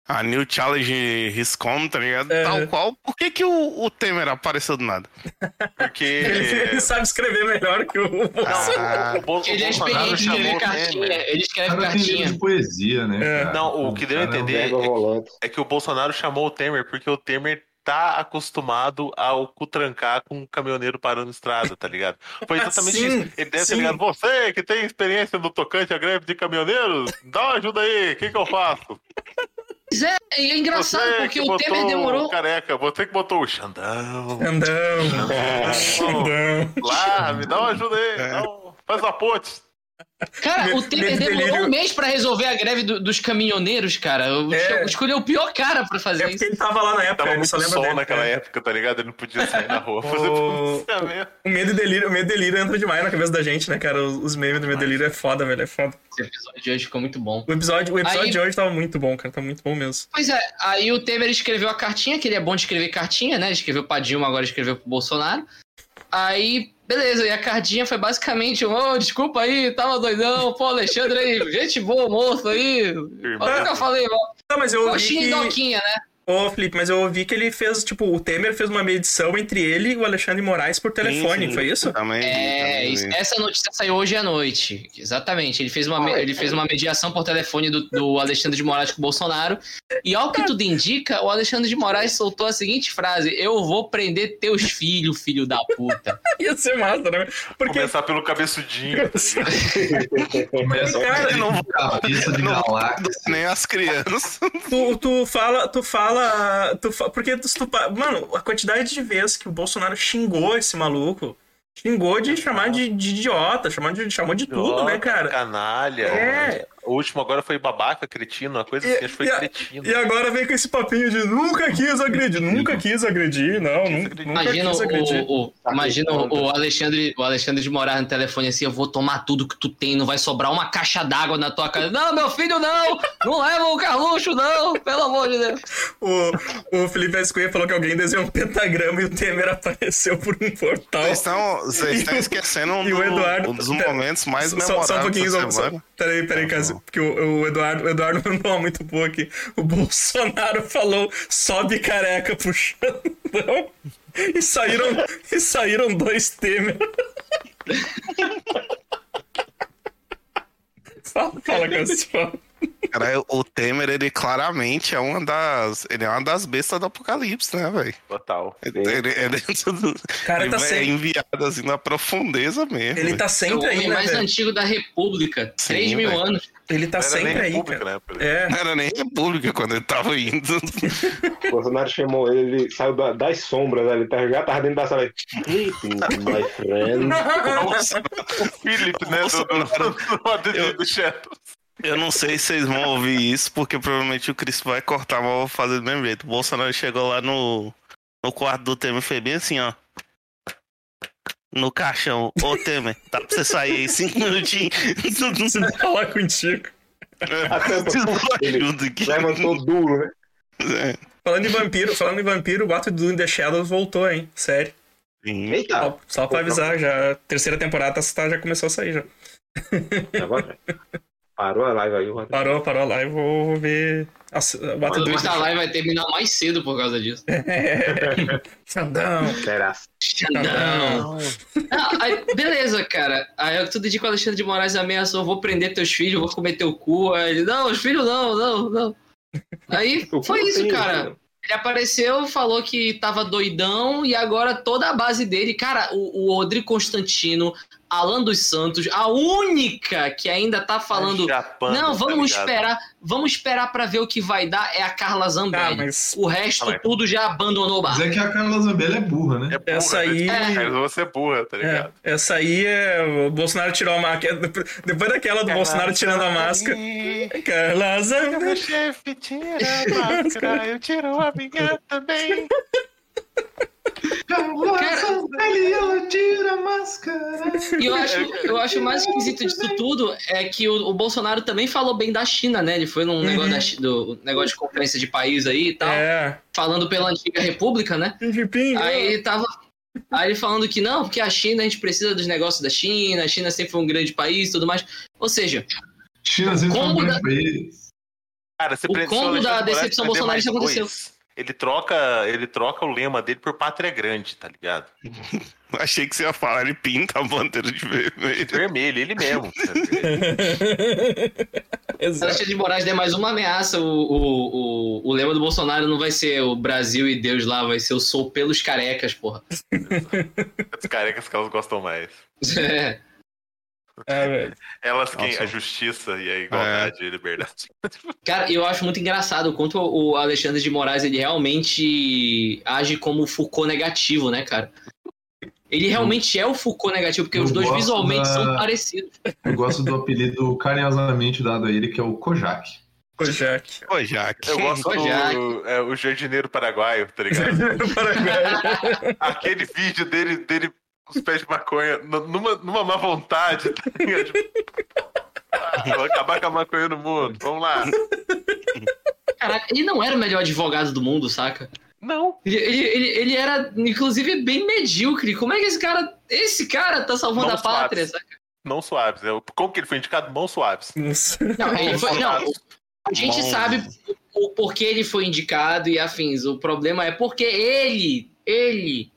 a new challenge riscom tá ligado É. tal qual por que que o, o Temer apareceu do nada Ele, Porque. ele sabe escrever melhor que o. Ah, O Bol- o Ele é experiente Bolsonaro em chamou escrever o cartinha. Temer. Ele O escreve é um cara assim, tem livro de cartinha. poesia, né? É. cara? Não, o que deu a cara é um- entender Pega o volante. é que o Bolsonaro chamou o Temer porque o Temer tá acostumado ao cutrancar com um caminhoneiro parando estrada, tá ligado? Foi Ah, exatamente Sim, isso. Ele deve sim. ter ligado, você que tem experiência no tocante à greve de caminhoneiros, dá uma ajuda aí, o que que eu faço? Mas é, e é engraçado Você porque que o botou Temer demorou. o careca, você que botou o Xandão, Xandão. É, Xandão. lá, me dá uma ajuda aí, dá um- faz uma ponte. Cara, o Medo- Temer medo e demorou delírio. um mês pra resolver a greve do- dos caminhoneiros, cara. Eu É. eu escolhi o pior cara pra fazer É isso. porque ele tava lá na época, Tava ele muito só lembra sol dele. naquela É. época, tá ligado? Ele não podia sair na rua fazer O- pronunciamento. O medo e delírio, o medo e delírio entra demais na cabeça da gente, né, cara? Os, os memes do medo e delírio é foda, velho, é foda. Esse episódio de hoje ficou muito bom. O episódio, o episódio Aí- de hoje tava muito bom, cara, tá muito bom mesmo. Pois é, aí o Temer escreveu a cartinha, que ele é bom de escrever cartinha, né? Ele escreveu pra Dilma, agora escreveu pro Bolsonaro. Aí, beleza, e a cartinha foi basicamente um, ô, desculpa aí, tava doidão, pô, Alexandre aí, gente boa, moço aí. Eu Irmão. nunca falei, mal. Não, mas eu ouvi coxinha e que, doquinha, né? Ô, Felipe, mas eu ouvi que ele fez, tipo, o Temer fez uma medição entre ele e o Alexandre Moraes por telefone, Sim, sim. foi isso? Também, vi, É, também isso- vi. essa notícia saiu hoje à noite. Exatamente. Ele fez uma, Ah, é? me- ele fez uma mediação por telefone do, do Alexandre de Moraes com o Bolsonaro. E ao Ah. que tudo indica, o Alexandre de Moraes soltou a seguinte frase: Eu vou prender teus filhos, filho da puta. Ia ser massa, né? Porque. Começar pelo cabeçudinho. é Começa Cara, a eu não vou- é um- cabeça de eu não vou- galáxia. é Nem as crianças. Tu, tu fala, tu fala, tu fa- porque tu, tu pa- mano, a quantidade de vezes que o Bolsonaro xingou esse maluco, xingou de chamar de, de idiota, chamar de, chamou de tudo, né, cara? Canalha. É. O último agora foi babaca, cretino, uma coisa assim, E- acho que foi e a- cretino. E agora vem com esse papinho de nunca quis agredir, nunca quis agredir, não, nu- nunca, Imagina quis agredir. o, o- imagina o Alexandre, o Alexandre de Moraes no telefone assim: Eu vou tomar tudo que tu tem, não vai sobrar uma caixa d'água na tua casa. Não, meu filho, não! Não leva o Carluxo, não! Pelo amor de Deus! O, o Felipe Escunha falou que alguém desenhou um pentagrama e o Temer apareceu por um portal. Vocês estão vocês estão esquecendo um, E o do- Eduardo- tá- um dos momentos mais Só- memoráveis Só, só um pouquinho, da só, só, semana. peraí, peraí, Cássio, porque o, o Eduardo, o Eduardo mandou uma muito boa aqui. O Bolsonaro falou, sobe careca pro Xandão. E saíram, e saíram dois Temer. fala, fala, Cássio, fala. Cara, eu- o Temer, ele claramente é uma das. Ele é uma das bestas do apocalipse, né, velho? Total. Ele, ele, ele- Cara, ele tá é sem- enviado assim na profundeza mesmo. Ele velho. tá É o sempre aí, homem né, mais velho? antigo da República. Sim, 3 mil velho. anos. Ele tá Não era nem sempre aí, república, cara. né? pelo- É. Não era nem república quando ele tava indo. O Bolsonaro chamou ele, ele saiu da- das sombras, ele tá- já tava dentro da sala. ele, Greetings, my friend. Nossa, Felipe, né? Do, do, do, do, do chefe. eu não sei se vocês vão ouvir isso, porque provavelmente o Cris vai cortar, mas eu vou fazer do mesmo jeito. O Bolsonaro chegou lá no, no quarto do Temer e fez bem assim, ó. No caixão. Ô, Temer, dá pra você sair aí cinco minutinhos. Falar contigo. A tampa. Ajuda aqui. Levantou duro, né? É. Falando em vampiro, falando em vampiro, o Bato do In The Shadows voltou, hein? Sério. Sim. Ah, Eita, Só, só pra avisar, já a terceira temporada tá- já começou a sair já. agora. Parou a live aí, Rodrigo. Parou, parou a live, vou vou ver. a s- o Bato do In Mas The a live vai terminar mais cedo por causa disso. Xandão. Será? Xandão. Ah, aí, beleza, cara. Aí eu tudo de que o Alexandre de Moraes ameaçou, eu vou prender teus filhos, eu vou comer teu cu. Aí ele, não, os filhos não, não, não. Aí O foi cu isso, tem cara. Ele apareceu, falou que tava doidão e agora toda a base dele, cara, o, o Rodrigo Constantino, Alan dos Santos, a única que ainda tá falando. Japão, Não, tá vamos ligado? esperar, vamos esperar pra ver o que vai dar é a Carla Ah, Zambelli. mas O resto Ah, mas- tudo já abandonou o Mas bar. é que a Carla Zambelli é burra, né? É burra, Essa né? aí- Mas você é burra, tá é, ligado? essa aí é. O Bolsonaro tirou a máscara. Depois daquela do Bolsonaro tirando a máscara. Carla Zambelli. Meu chefe tira a máscara, eu tiro a minha também. Cara- Zambelli, ela tira é a máscara. E eu acho, eu acho mais esquisito disso tudo é que o, o Bolsonaro também falou bem da China, né? Ele foi num negócio, da Chi- do, um negócio de conferência de país aí e tal, É. Uhum. falando pela antiga república, né? Pim-pim-pim. Aí ele tava. Aí ele falando que não, porque a China, a gente precisa dos negócios da China, a China sempre foi um grande país e tudo mais. Ou seja, China sempre foi um Como grande país. Cara, você O prende- se combo Alexandre da Moraes decepção prender bolsonarista mais aconteceu. dois, Ele troca, ele troca o lema dele por pátria grande, tá ligado? Achei que você ia falar, ele pinta a bandeira de vermelho. Vermelho, ele mesmo. tá ligado? se a Exato. Alexandre de Moraes der mais uma ameaça, o, o, o, o lema do Bolsonaro não vai ser o Brasil e Deus lá, vai ser eu sou pelos carecas, porra. As é carecas que elas gostam mais. É. É, velho. Elas quem? Nossa. A justiça e a igualdade e a liberdade. Cara, eu acho muito engraçado o quanto o Alexandre de Moraes ele realmente age como o Foucault negativo, né, cara? Ele realmente é o Foucault negativo, porque Eu os dois gosto visualmente da- são parecidos. Eu gosto do apelido carinhosamente dado a ele, que é o Kojak. Kojak. Ô, Jaque. Eu gosto do Kojak. é, o jardineiro paraguaio, tá ligado? Paraguai. Aquele vídeo dele, dele com os pés de maconha, n- numa, numa má vontade, tá ligado? Tipo, "Ah, vou acabar com a maconha no mundo, vamos lá. Caraca, ele não era o melhor advogado do mundo, saca? Não, Ele, ele, ele, ele era, inclusive, bem medíocre. Como é que esse cara. Esse cara tá salvando Mãos a pátria, saca? mão suaves. né? Como que ele foi indicado? Mão suaves. Nossa. Não, ele foi, não, A gente Bom. sabe o porquê ele foi indicado e afins. O problema é porque ele, ele.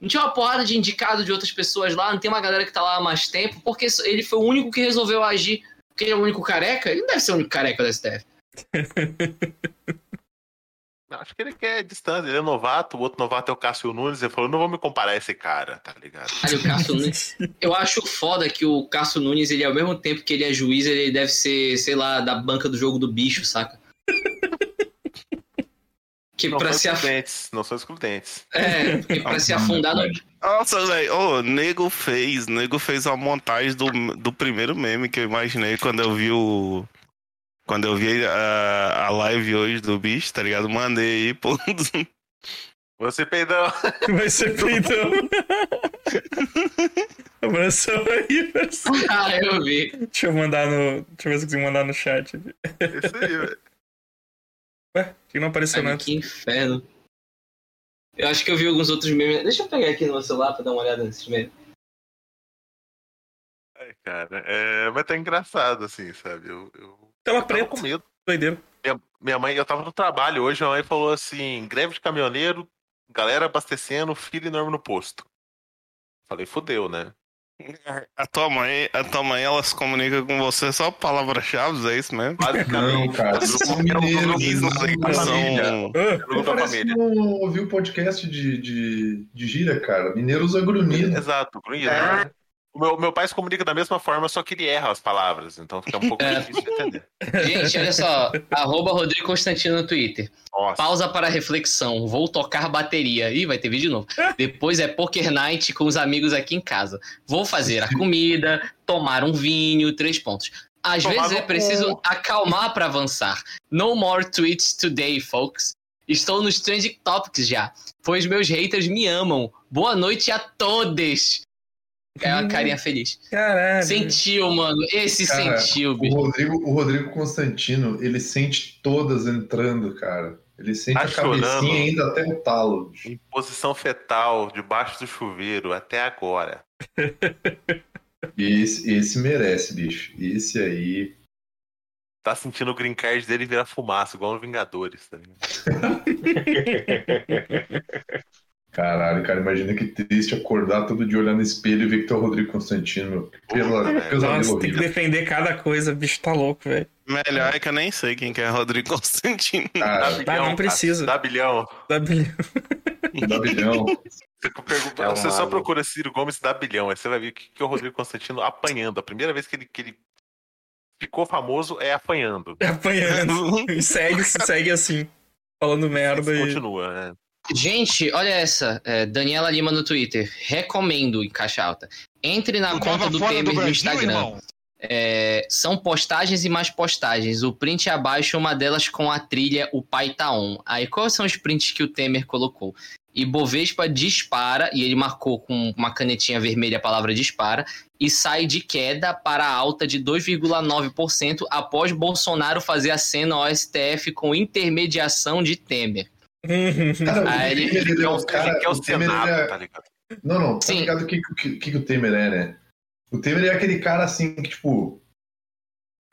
Não tinha uma porrada de indicado de outras pessoas lá, não tem uma galera que tá lá há mais tempo, porque ele foi o único que resolveu agir. Porque ele é o único careca? Ele não deve ser o único careca da STF. Não, acho que ele quer distância, ele é novato, o outro novato é o Cássio Nunes, ele falou, não vou me comparar a esse cara, tá ligado? Caralho, o Cássio Nunes. Eu acho foda que o Cássio Nunes, ele ao mesmo tempo que ele é juiz, ele deve ser, sei lá, da banca do jogo do bicho, saca? Que Não pra são se, af... excludentes, não são excludentes. é, porque pra se afundar no Nossa, velho, ô, nego fez, nego fez uma montagem do, do primeiro meme que eu imaginei quando eu vi o. Quando eu vi a, a live hoje do bicho, tá ligado? Mandei aí, pô. Você perdeu. Vai ser peidão. Abração aí, pessoal. cara, Ah, eu vi. Deixa eu mandar no. Deixa eu ver se eu consigo mandar no chat aqui. Isso aí, velho. Ué, por que não apareceu Cara, nada? que inferno. Eu acho que eu vi alguns outros memes. Deixa eu pegar aqui no meu celular pra dar uma olhada nesses memes. Ai, cara, é, mas tá engraçado, assim, sabe? Eu, eu, Tela eu tava preta, com medo. doideira. Minha, minha mãe, eu tava no trabalho hoje, minha mãe falou assim: greve de caminhoneiro, galera abastecendo, filho enorme no posto. Falei, fodeu, né? A tua mãe, a tua mãe, ela se comunica com você só palavras-chave, é isso mesmo? Não, Basicamente, cara. é um eu São quero- eu mineiros, não quis eles lá, não- a família. São, Ah, Eu não vou pra Parece que família. não ouvi o podcast de, de, de gira, cara. Mineiro usa grunhido. Exato, grunhido. É. né? O meu, meu pai se comunica da mesma forma, só que ele erra as palavras, então fica um pouco É. difícil de entender. Gente, olha só. Arroba Rodrigo Constantino no Twitter. Nossa. Pausa para reflexão. Vou tocar bateria. Ih, vai ter vídeo de novo. Depois é poker night com os amigos aqui em casa. Vou fazer a comida, tomar um vinho, três pontos. Às Tomar vezes é no preciso acalmar para avançar. No more tweets today, folks. Estou nos trending topics já, pois meus haters me amam. Boa noite a todos. É uma carinha feliz. caralho. Sentiu, mano. Esse Cara, sentiu, O bicho. Rodrigo, o Rodrigo Constantino, ele sente todas entrando, cara. Ele sente Tá a cabecinha chorando. ainda até o talo. bicho. Em posição fetal, debaixo do chuveiro, até agora. E esse, esse merece, bicho. Esse aí. Tá sentindo o green card dele virar fumaça, igual no Vingadores. Tá ligado? Caralho, cara, imagina que triste acordar todo dia olhar no espelho e ver que tu é o Rodrigo Constantino. meu. Pela, Puta, velho. pesadelo Nossa, tem que horrível. defender cada coisa, bicho tá louco, velho. Melhor é que eu nem sei quem que é Rodrigo Constantino. Dá Ah, Cara, bilhão, não cara, precisa. Dá bilhão. Dá bilhão. dá bilhão. Você, pergunta- É um você só maluco. procura Ciro Gomes dá bilhão. Aí você vai ver o que, que o Rodrigo Constantino apanhando. A primeira vez que ele, que ele ficou famoso é apanhando. Apanhando. E segue, segue assim, falando merda e. Continua, né? Gente, olha essa. É, Daniela Lima no Twitter. Recomendo em caixa alta. Entre na Eu conta tava do fora Temer no Brasil, Instagram. irmão. É, são postagens e mais postagens. O print abaixo, é uma delas com a trilha O Pai Tá On. Aí, quais são os prints que o Temer colocou? E Bovespa dispara, e ele marcou com uma canetinha vermelha a palavra dispara, e sai de queda para alta de 2,9% após Bolsonaro fazer a cena ao STF com intermediação de Temer. Cara, o Ah, ele- Temer, ele é um Ele cara. quer o Temer, ele Senado, é- tá ligado? Não, não, tá Sim. ligado o que, que, que o Temer é, né? O Temer é aquele cara assim que, tipo,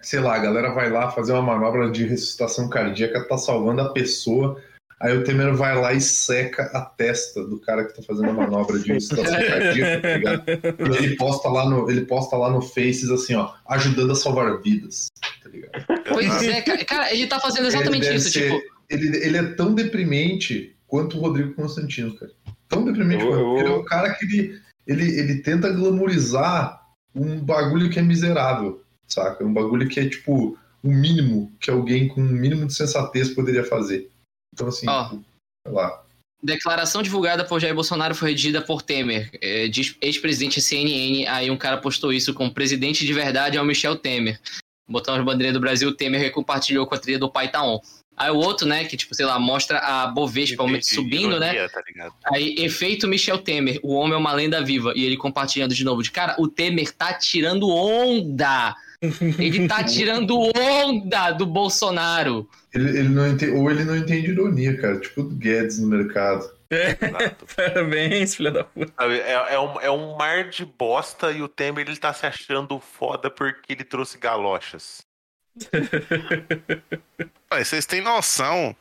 sei lá, a galera vai lá fazer uma manobra de ressuscitação cardíaca, tá salvando a pessoa, aí o Temer vai lá e seca a testa do cara que tá fazendo a manobra de ressuscitação cardíaca, tá ligado? E ele posta lá no, ele posta lá no Faces assim, ó, ajudando a salvar vidas, tá ligado? Pois é, ca- cara, ele tá fazendo exatamente deve isso, ser- tipo, Ele, ele é tão deprimente quanto o Rodrigo Constantino, cara. Tão deprimente Eu- quanto. eu- Ele é um cara que ele, ele, ele tenta glamourizar um bagulho que é miserável, saca? Um bagulho que é, tipo, o mínimo que alguém com um mínimo de sensatez poderia fazer. Então, assim, Ó. tipo, sei lá. declaração divulgada por Jair Bolsonaro foi redigida por Temer, é, diz ex-presidente CNN, aí um cara postou isso com presidente de verdade é o Michel Temer. Botando as bandeiras do Brasil, Temer compartilhou com a trilha do Pai Tá On. Aí o outro, né, que tipo, sei lá, mostra a Bovespa subindo, né? Ironia, Tá ligado? Aí, efeito Michel Temer, o homem é uma lenda viva. E ele compartilhando de novo de cara, o Temer tá tirando onda! Ele tá tirando onda do Bolsonaro! Ele, ele não entende, ou ele não entende ironia, cara. Tipo o Guedes no mercado. Exato. Parabéns, filha da puta. Sabe, É, é um, é um mar de bosta e o Temer ele tá se achando foda porque ele trouxe galochas. Ué, Vocês têm noção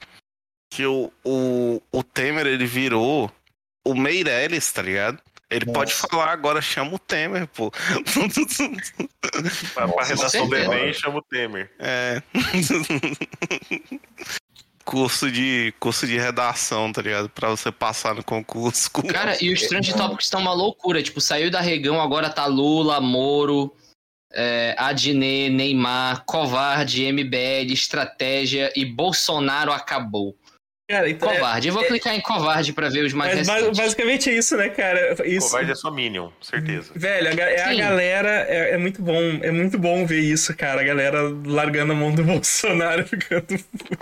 que o, o, o Temer ele virou o Meirelles, tá ligado? Ele pode falar agora, chama o Temer, pô. Pra, pra Nossa, redação do certeza. Enem, chama o Temer. É. curso de curso de redação, tá ligado? Pra você passar no concurso. Cara, e os trend topics estão uma loucura. Tipo, saiu da Regão, agora tá Lula, Moro, é, Adnet, Neymar, Covarde, MBL, Estratégia e Bolsonaro acabou. Cara, então. é- Covarde. Eu vou clicar em Covarde pra ver os mais mas ba- recentes. basicamente é isso, né, cara? Isso. Covarde é só Minion, certeza. Velho, a, ga- é a Sim. galera é, é muito bom, é muito bom ver isso, cara. A galera largando a mão do Bolsonaro, ficando puta.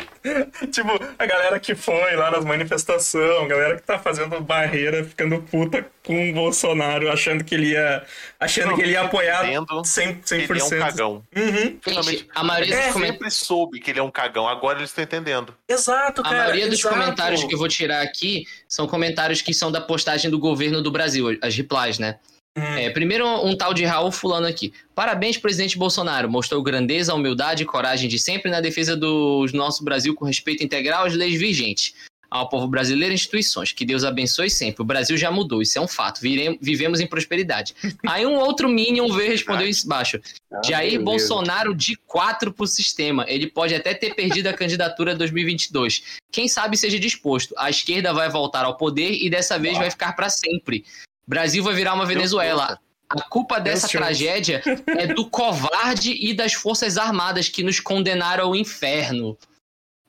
tipo a galera que foi lá nas manifestações, a galera que tá fazendo barreira, ficando puta com o Bolsonaro, achando que ele ia, achando que ele ia apoiar Dizendo 100%. que ele é um 100%. cagão. Uhum, Gente, Finalmente. a maioria É, dos comentários. Sempre soube que ele é um cagão, agora eles estão entendendo. Exato, A cara. maioria dos exato. comentários que eu vou tirar aqui são comentários que são da postagem do governo do Brasil, as replies, né? Hum. É, primeiro, um tal de Raul Fulano aqui. Parabéns, presidente Bolsonaro. Mostrou grandeza, humildade e coragem de sempre na defesa do nosso Brasil com respeito integral às leis vigentes. Ao povo brasileiro e instituições. Que Deus abençoe sempre. O Brasil já mudou, isso é um fato. Virem- vivemos em prosperidade. Aí um outro Minion veio e respondeu isso embaixo. Ah, Jair meu Deus. Bolsonaro de 4 pro sistema. Ele pode até ter perdido a candidatura 2022. Quem sabe seja disposto. A esquerda vai voltar ao poder e dessa vez vai ficar pra sempre. Brasil vai virar uma Venezuela. A culpa dessa Deus te ouça. tragédia é do covarde e das forças armadas que nos condenaram ao inferno.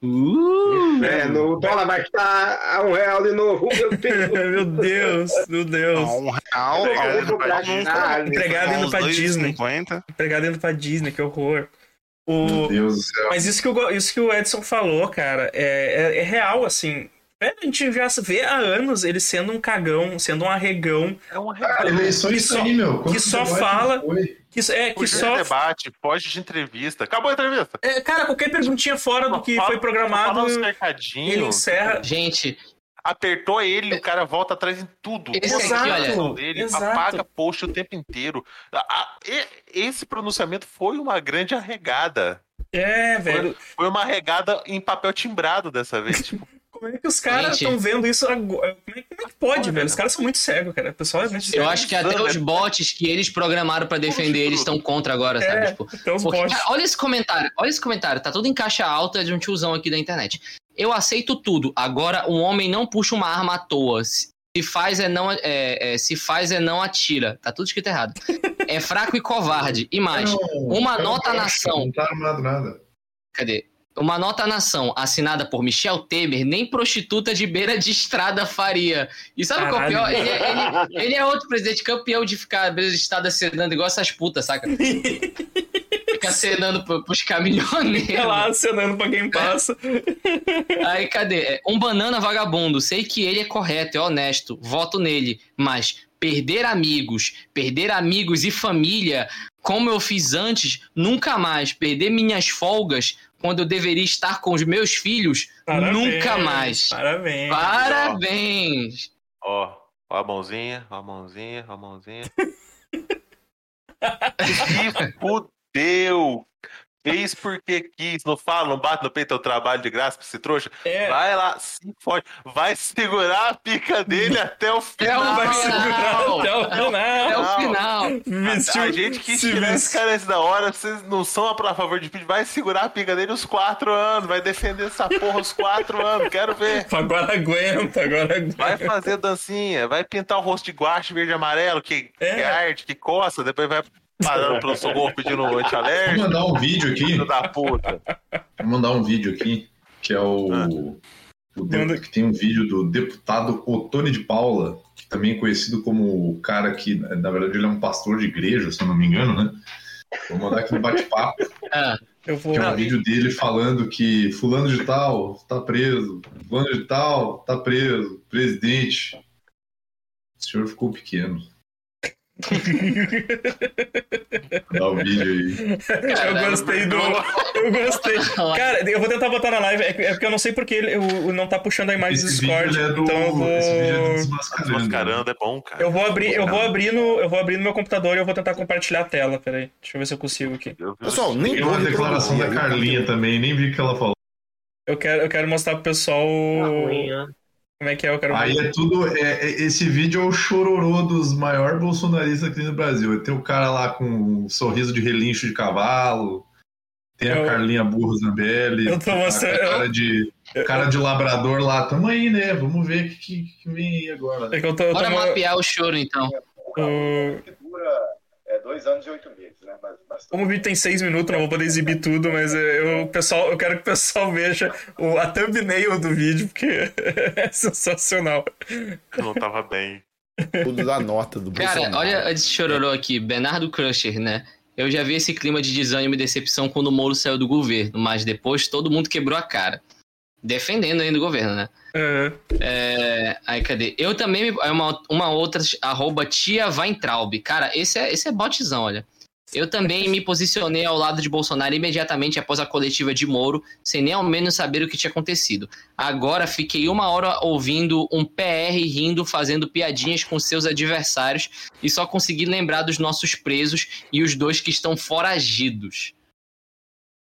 Uh! É, no dólar vai estar a um real de novo. Meu Deus. Meu Deus, meu Deus. Um real, Eu vou cara, pra comprar gente. carne. Entregado indo Uns pra Disney. 2,50. Pregado indo pra Disney, que horror. O... Meu Deus do Então. céu. Mas isso que, o, Go- isso que o Edson falou, cara, é, é- é real, assim. É, a gente já vê há anos ele sendo um cagão, sendo um arregão, É um Cara, eleição Que isso só- aí, meu. Quanto só debate fala- foi? que, s- é, que Fugiu só. de debate, foge de entrevista. Acabou a entrevista. É, cara, qualquer perguntinha fora do que Fala- um foi programado, Fala uns ele cercadinhos. encerra. Gente, Apertou ele, o cara volta atrás em tudo. Esse aqui, Exato. olha. Dele, Exato. apaga post o tempo inteiro. A- a- e- Esse pronunciamento foi uma grande arregada. É, velho. Foi uma arregada em papel timbrado dessa vez. Tipo, Como é que os caras Gente. estão vendo isso agora? Como é que, como é que pode, velho? Os caras são muito cegos, cara. O pessoal é muito eu cego. acho que até os bots que eles programaram pra defender, eles estão contra agora, sabe? tipo? É, Tipo, Então os Porque, bots. cara, olha esse comentário, olha esse comentário, tá tudo em caixa alta de um tiozão aqui da internet. Eu aceito tudo, agora um homem não puxa uma arma à toa. Se se faz é não, é, é, se faz é não atira. Tá tudo escrito errado. É fraco e covarde. E mais, uma Não, nota não, nação. Não tá armado nada. Cadê? Uma nota nação assinada por Michel Temer, nem prostituta de beira de estrada faria. E sabe qual é o pior? Caralho. Ele é, ele- ele é outro presidente campeão de ficar à beira de estrada acenando igual essas putas, saca? Fica acenando pro- pros Fica caminhoneiros. Tá lá acenando pra quem passa. Aí cadê? É, Um banana vagabundo. Sei que ele é correto, é honesto. Voto nele. Mas perder amigos, perder amigos e família, como eu fiz antes, nunca mais. Perder minhas folgas quando eu deveria estar com os meus filhos, nunca mais. Parabéns. Parabéns! ó, ó a mãozinha, ó a mãozinha, ó a mãozinha. Se fudeu! Fez porque quis, não fala, não bate no peito, é o trabalho de graça pra esse trouxa. É, Vai lá, se fode. Vai segurar a pica dele até o final. vai Não, segurar não. até É o final. o Não. final. Vestiu- a gente que se tiver esse vestiu- cara antes da hora, vocês não são a pra favor de pedir, vai segurar a pica dele os quatro anos, vai defender essa porra os quatro anos, quero ver. Agora aguenta, agora Vai aguenta. fazer dancinha, vai pintar o rosto de guache verde e amarelo, que É. é arte, que coça, depois vai parando pelo socorro pedindo um Vou anti-alérgico, mandar um vídeo aqui. filho da puta. Vou mandar um vídeo aqui, que é o. o de- Manda. que tem um vídeo do deputado Otone de Paula, que também é conhecido como o cara que, na verdade, ele é um pastor de igreja, se eu não me engano, né? Vou mandar aqui um bate-papo. Ah, Eu vou. Que é um vídeo dele falando que fulano de tal tá preso, fulano de tal tá preso, presidente. O senhor ficou pequeno. Dá o vídeo aí. Eu gostei do. Eu gostei. Cara, eu vou tentar botar na live. É que- é porque eu não sei porque ele eu- não tá puxando a imagem do Esse Discord. vídeo é do. Então eu Esse vídeo é do vou. Desmascarando. Desmascarando é bom, cara. Eu vou abrir, eu vou abrir no. Eu vou abrir no meu computador e eu vou tentar compartilhar a tela. Peraí. Deixa eu ver se eu consigo aqui. Eu- eu- Pessoal, nem Tem uma olhe pra declaração mim, da eu- Carlinha também, nem vi o que ela falou. Eu quero, eu quero mostrar pro pessoal Tá como é que é, eu quero Aí é tudo. é- é- esse vídeo é o chororô dos maiores bolsonaristas aqui no Brasil. Tem o cara lá com um sorriso de relincho de cavalo. Tem a Eu- Carlinha Burro Zambelli. Eu tô a mostrando- Cara de, cara de labrador lá. Tamo aí, né? Vamos ver o que, que, que vem aí agora. né? É que eu tô, eu tô Bora mo- mapear o choro, então. o- que dura é, dois anos e oito meses, né? Mas, mas- Como o vídeo tem seis minutos, não vou poder exibir tudo, mas eu, eu- pessoal, eu quero que o pessoal veja o, a thumbnail do vídeo, porque é sensacional. eu não tava bem. Tudo da nota do Cara, Bolsonaro. né? É. olha esse chororô aqui, Bernardo Crusher, né? Eu já vi esse clima de desânimo e decepção quando o Moro saiu do governo, mas depois todo mundo quebrou a cara. Defendendo ainda o governo, né? É, É, aí cadê? Eu também. me- é Uma, uma outra, arroba tia Weintraub. Cara, esse é, esse é botzão, olha. Eu também me posicionei ao lado de Bolsonaro imediatamente após a coletiva de Moro, sem nem ao menos saber o que tinha acontecido. Agora fiquei uma hora ouvindo um PR rindo, fazendo piadinhas com seus adversários e só consegui lembrar dos nossos presos e os dois que estão foragidos.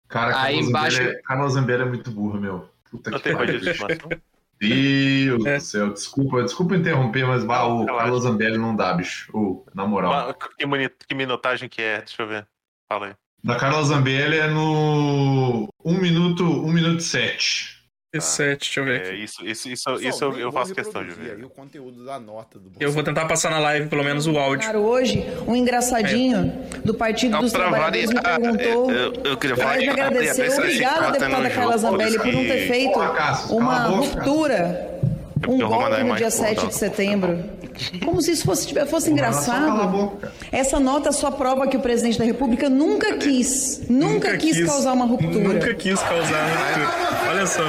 Cara, Carla aí Zambelli embaixo- é- Carla Zambelli é muito burra, meu. Puta Eu que tenho pariu. rodízio de estimação. Deus É. do céu, desculpa, desculpa interromper, mas bah, o Relaxa. Carlos Zambelli não dá, bicho. Ô, na moral. Mas Que, mini- que minutagem que é? Deixa eu ver. Fala aí. Da Carla Zambelli é no 1 minuto, 1 minuto 7. esse sete, deixa eu ver É, aqui. isso isso, isso, isso Pessoal, eu, nem eu vou faço questão de reproduzir ver. aí o conteúdo da nota É do Eu vou tentar passar na live pelo menos o áudio. É. Bolsonaro hoje, um engraçadinho do Partido dos pra Trabalhadores me variar, perguntou. eu, eu queria falar Mas me agradeceu. tá Obrigada, um deputada Carla Zambelli, por não ter feito Porra, Cassius, cala uma a boca, Cassius. ruptura, um porque eu vou mandar golpe no mais dia porra, 7 de tá? setembro. Como se isso fosse, fosse Só cala a engraçado. boca. Essa nota é só prova que o presidente da República nunca quis, nunca, quis, causar uma ruptura. Nunca quis causar uma ruptura. Olha só.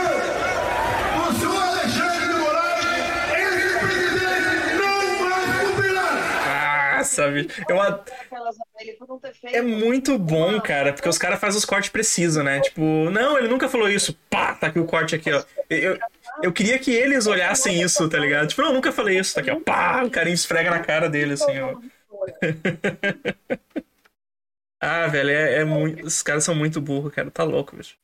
O senhor Alexandre de Moraes, esse presidente não vai cumprirá. Ah, sabe? Eu, a- é muito bom, cara, porque os caras fazem os cortes precisos, né? Tipo, não, ele nunca falou isso. Pá, tá aqui o corte aqui, ó. Eu, eu queria que eles olhassem isso, tá ligado? Tipo, não, eu nunca falei isso. Tá aqui, ó. Pá, o carinho esfrega na cara dele, assim, ó. ah, velho, é, é muito. Os caras são muito burros, cara. Tá louco, bicho.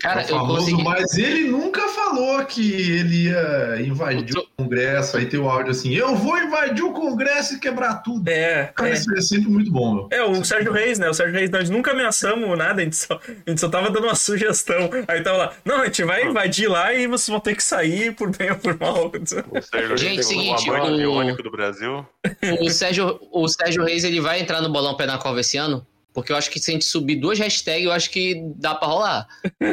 Cara, É O eu famoso, consegui. Mas ele nunca falou que ele ia invadir Eu o Congresso. Aí tem o áudio assim: eu vou invadir o Congresso e quebrar tudo. É. Cara, é. isso é sempre muito bom, meu. É, o Sérgio Reis, né? O Sérgio Reis, nós nunca ameaçamos nada, a gente só, a gente só tava dando uma sugestão. Aí tava lá, não, a gente vai invadir lá e vocês vão ter que sair por bem ou por mal. Gente, seguinte, o amante o- irônico do Brasil. O Sérgio, o Sérgio Reis ele vai entrar no bolão pé na cova esse ano? Porque eu acho que se a gente subir duas hashtags, eu acho que dá pra rolar. Do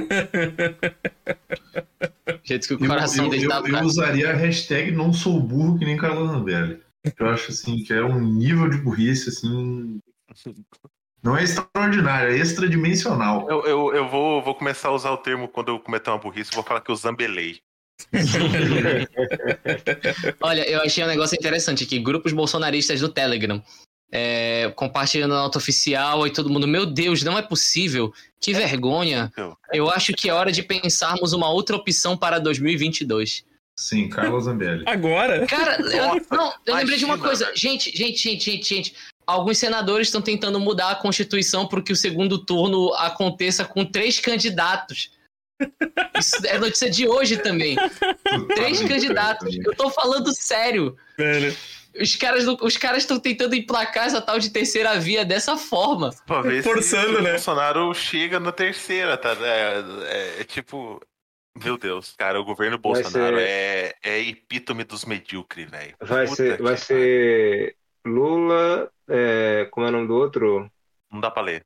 jeito que o Eu, coração eu, dele eu, tá eu usaria a hashtag não sou burro que nem Carla Zambelli. Eu acho assim que é um nível de burrice assim. Não é extraordinário, é extradimensional. Eu, eu, eu vou, vou começar a usar o termo quando eu cometer uma burrice, eu vou falar que eu zambelei. Olha, eu achei um negócio interessante aqui. Grupos bolsonaristas no Telegram. É, compartilhando a nota oficial e todo mundo, meu Deus, não é possível. Que vergonha. Eu. Eu acho que é hora de pensarmos uma outra opção para 2022. Sim, Carla Zambelli. Agora? Cara, eu, não, eu lembrei de uma imagina, coisa. velho. Gente, gente, gente, gente, gente. Alguns senadores estão tentando mudar a Constituição para que o segundo turno aconteça com três candidatos. Isso é notícia de hoje também. Três candidatos. Eu tô falando sério. Velho. Os caras não- os caras estão tentando emplacar essa tal de terceira via dessa forma. Pra ver Forçando, se o né? Bolsonaro chega na terceira, tá? É, é- é tipo. Meu Deus, cara, o governo Vai Bolsonaro ser- é, é epítome dos medíocres, velho. Vai Puta ser, que vai pariu. ser Lula, é, como é o nome do outro? Não dá pra ler.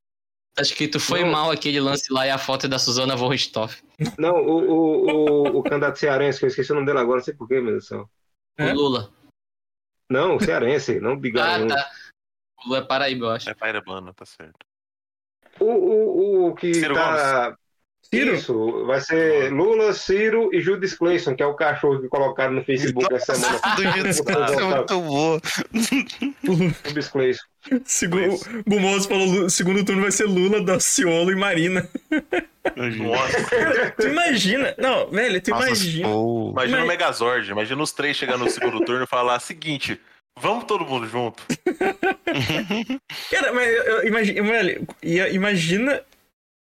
Tá escrito, foi Não. mal aquele lance lá e a foto é da Suzana von Richthofen. Não, o, o, o, o candidato cearense, que eu esqueci o nome dele agora, não sei porquê, meu Deus do céu. É? O Lula. Não, cearense, não Ah, bigarro. tá. O Lula é Paraíba, eu acho. É Pairabana, tá certo. O, o, o que Ciro tá Ciro? Isso, vai ser Lula, Ciro e Judas Clayson, que é o cachorro que colocaram no Facebook essa semana. Do Judas Clayson é muito bom. Judas Clayson. Segundo, Gumoso falou: Lu- segundo turno vai ser Lula, Daciolo e Marina. Hum. Tu imagina. Não, velho, tu Nossa, imagina. Imagina Mas- o Megazord, imagina os três chegando no segundo turno e falar seguinte, vamos todo mundo junto. Cara, mas eu, eu imagi- velho, ia- imagina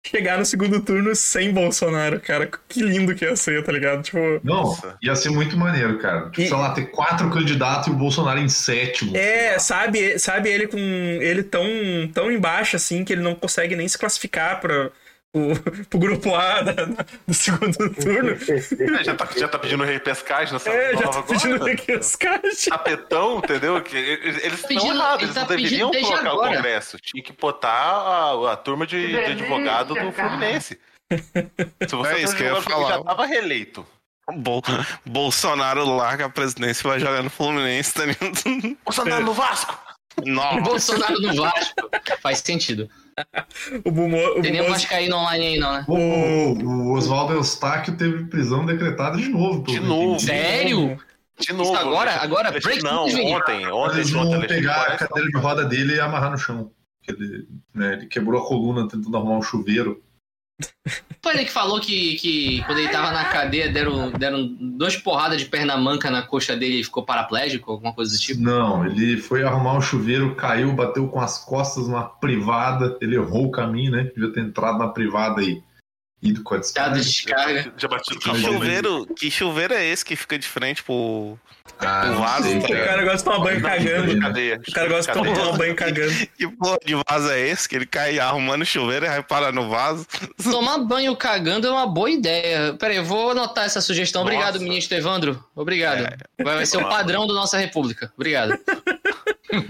chegar no segundo turno sem Bolsonaro, cara. Que lindo que ia ser, tá ligado? Tipo. Não, ia ser muito maneiro, cara. Tipo, sei lá, ter quatro candidatos e o Bolsonaro em sétimo. É, sabe, sabe ele com ele tão, tão embaixo assim que ele não consegue nem se classificar para o pro grupo A da- da- do segundo turno. É, já, tá, já tá pedindo repescagem nessa É, já tá nova pedindo agora. né? repescagem. Tapetão, entendeu? Que eles eles Tá estão pedindo- errados, ele eles tá não pedindo deveriam desde colocar agora. o Congresso. Tinha que botar a, a turma de, de delícia, advogado do cara. Fluminense. Se É isso que eu ia advogado, ele falar. já tava reeleito. Bol- Bolsonaro larga a presidência e vai jogar no Fluminense, tá ligado? Bolsonaro no Vasco! Nossa. Bolsonaro no Vasco. Faz sentido. O Bumo, Tem nenhum Vascaíno online aí, não, né? O, o Oswaldo Eustáquio teve prisão decretada de novo. De novo. Sério? De novo. agora? Agora? Break Não, news, Vini? ontem, ontem, Eles É, de vão ontem, Alexandre pegar a Moraes. cadeira de roda dele e amarrar no chão. Porque Ele, né, ele quebrou a coluna tentando arrumar um chuveiro. Foi ele que falou que, que quando ele tava na cadeia deram, deram duas porradas de perna manca na coxa dele e ficou paraplégico, alguma coisa do tipo. Não, ele foi arrumar um chuveiro, caiu, bateu com as costas numa privada. Ele errou o caminho, né? Devia ter entrado na privada aí. Ido com a descarga. descarga. Já batido Que com a mão. chuveiro, que chuveiro é esse que fica de frente pro, Ah, pro não vaso? sei, tá O cara ligado? gosta de tomar banho cagando. O cara gosta de tomar Cadeia. tomar banho cagando. Que porra de vaso é esse que ele cai arrumando chuveiro e vai parar no vaso? Tomar banho cagando é uma boa ideia. Peraí, eu vou anotar essa sugestão. Obrigado, Nossa. ministro Evandro. Obrigado. Vai, vai ser o Claro. padrão da nossa república. Obrigado.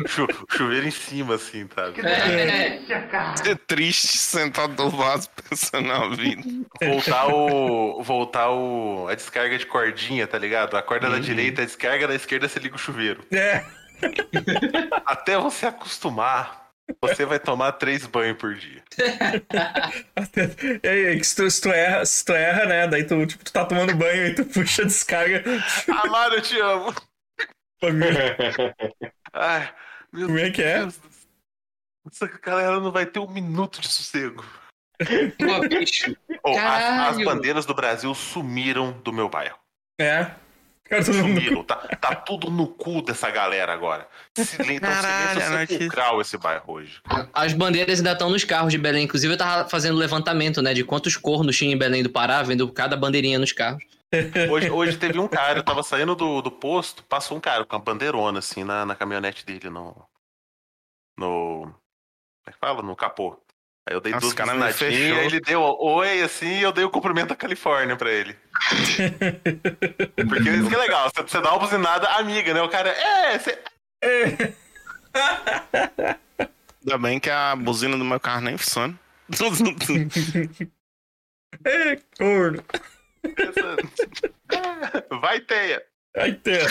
Chu- Chuveiro em cima, assim, sabe? É triste sentado no vaso pensando na vida. É. Voltar o. Voltar o. A descarga de cordinha, tá ligado? A Uhum. corda da direita, a descarga da esquerda, você liga o chuveiro. É. Até você acostumar, você vai tomar três banhos por dia. E aí, que se tu, se tu erra, se tu erra, né? Daí tu, tipo, tu tá tomando banho e tu puxa a descarga. Amaro, eu te amo. Ai, meu Como é que é? Deus. Essa galera não vai ter um minuto de sossego. Pô, bicho. Oh, as, as Caralho. bandeiras do Brasil sumiram do meu bairro. É. Cara, todo mundo. Sumiram. Tá, tá tudo no cu dessa galera agora. Silen- tá um Caralho, a Silêncio notícia. sepulcral esse bairro hoje. As bandeiras ainda estão nos carros de Belém. Inclusive, eu tava fazendo levantamento, né? De quantos cornos tinha em Belém do Pará, vendo cada bandeirinha nos carros. Hoje, hoje teve um cara, eu tava saindo do, do posto, passou um cara com uma bandeirona, assim, na, na caminhonete dele, no. No. Como é que fala? No capô. Aí eu dei Nossa, duas o cara me buzinadinhas, fechou. aí ele deu oi, assim, e eu dei o cumprimento da Califórnia pra ele. Porque isso que é legal, você, você dá uma buzinada amiga, né? O cara, é, você. Ainda bem que a buzina do meu carro nem funciona. É, corno. Vai, teia. Ai, terra.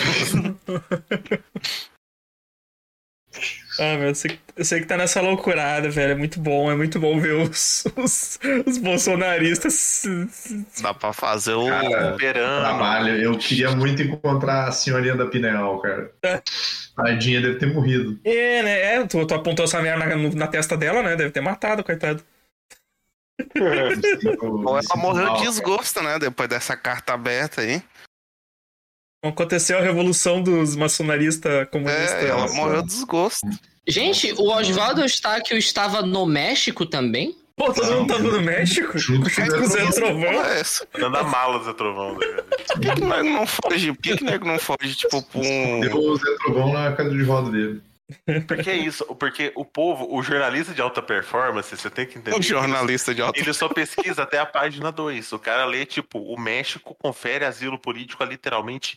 Ah, meu, eu sei, eu sei que tá nessa loucurada, velho. É muito bom, é muito bom ver os, os, os bolsonaristas. se- se- Dá pra fazer o. Cara, Esperando. Trabalho, eu queria muito encontrar a senhorinha da Pineal, cara. Tadinha deve ter morrido. É, né? É, tu, tu apontou essa merda na, no- na testa dela, né? Deve ter matado, coitado. Ou Ou ela morreu de desgosto, né? Depois dessa carta aberta aí. Aconteceu a revolução dos maçonaristas comunistas. É, ela nossa. morreu de desgosto. Gente, o Oswaldo Eustáquio estava no México também? Pô, todo mundo tava no México? Junto com Junto com o Zé Trovão? Porra, é essa? Dando a mala do Zé Trovão. né? Por que que o nego não foge? Por que que o nego não foge, tipo, pra Deu um. o Zé Trovão na cadeira de roda dele. Porque é isso, porque o povo, o jornalista de alta performance, você tem que entender. Um jornalista de alto. Ele só pesquisa até a página 2. O cara lê, tipo, o México confere asilo político a literalmente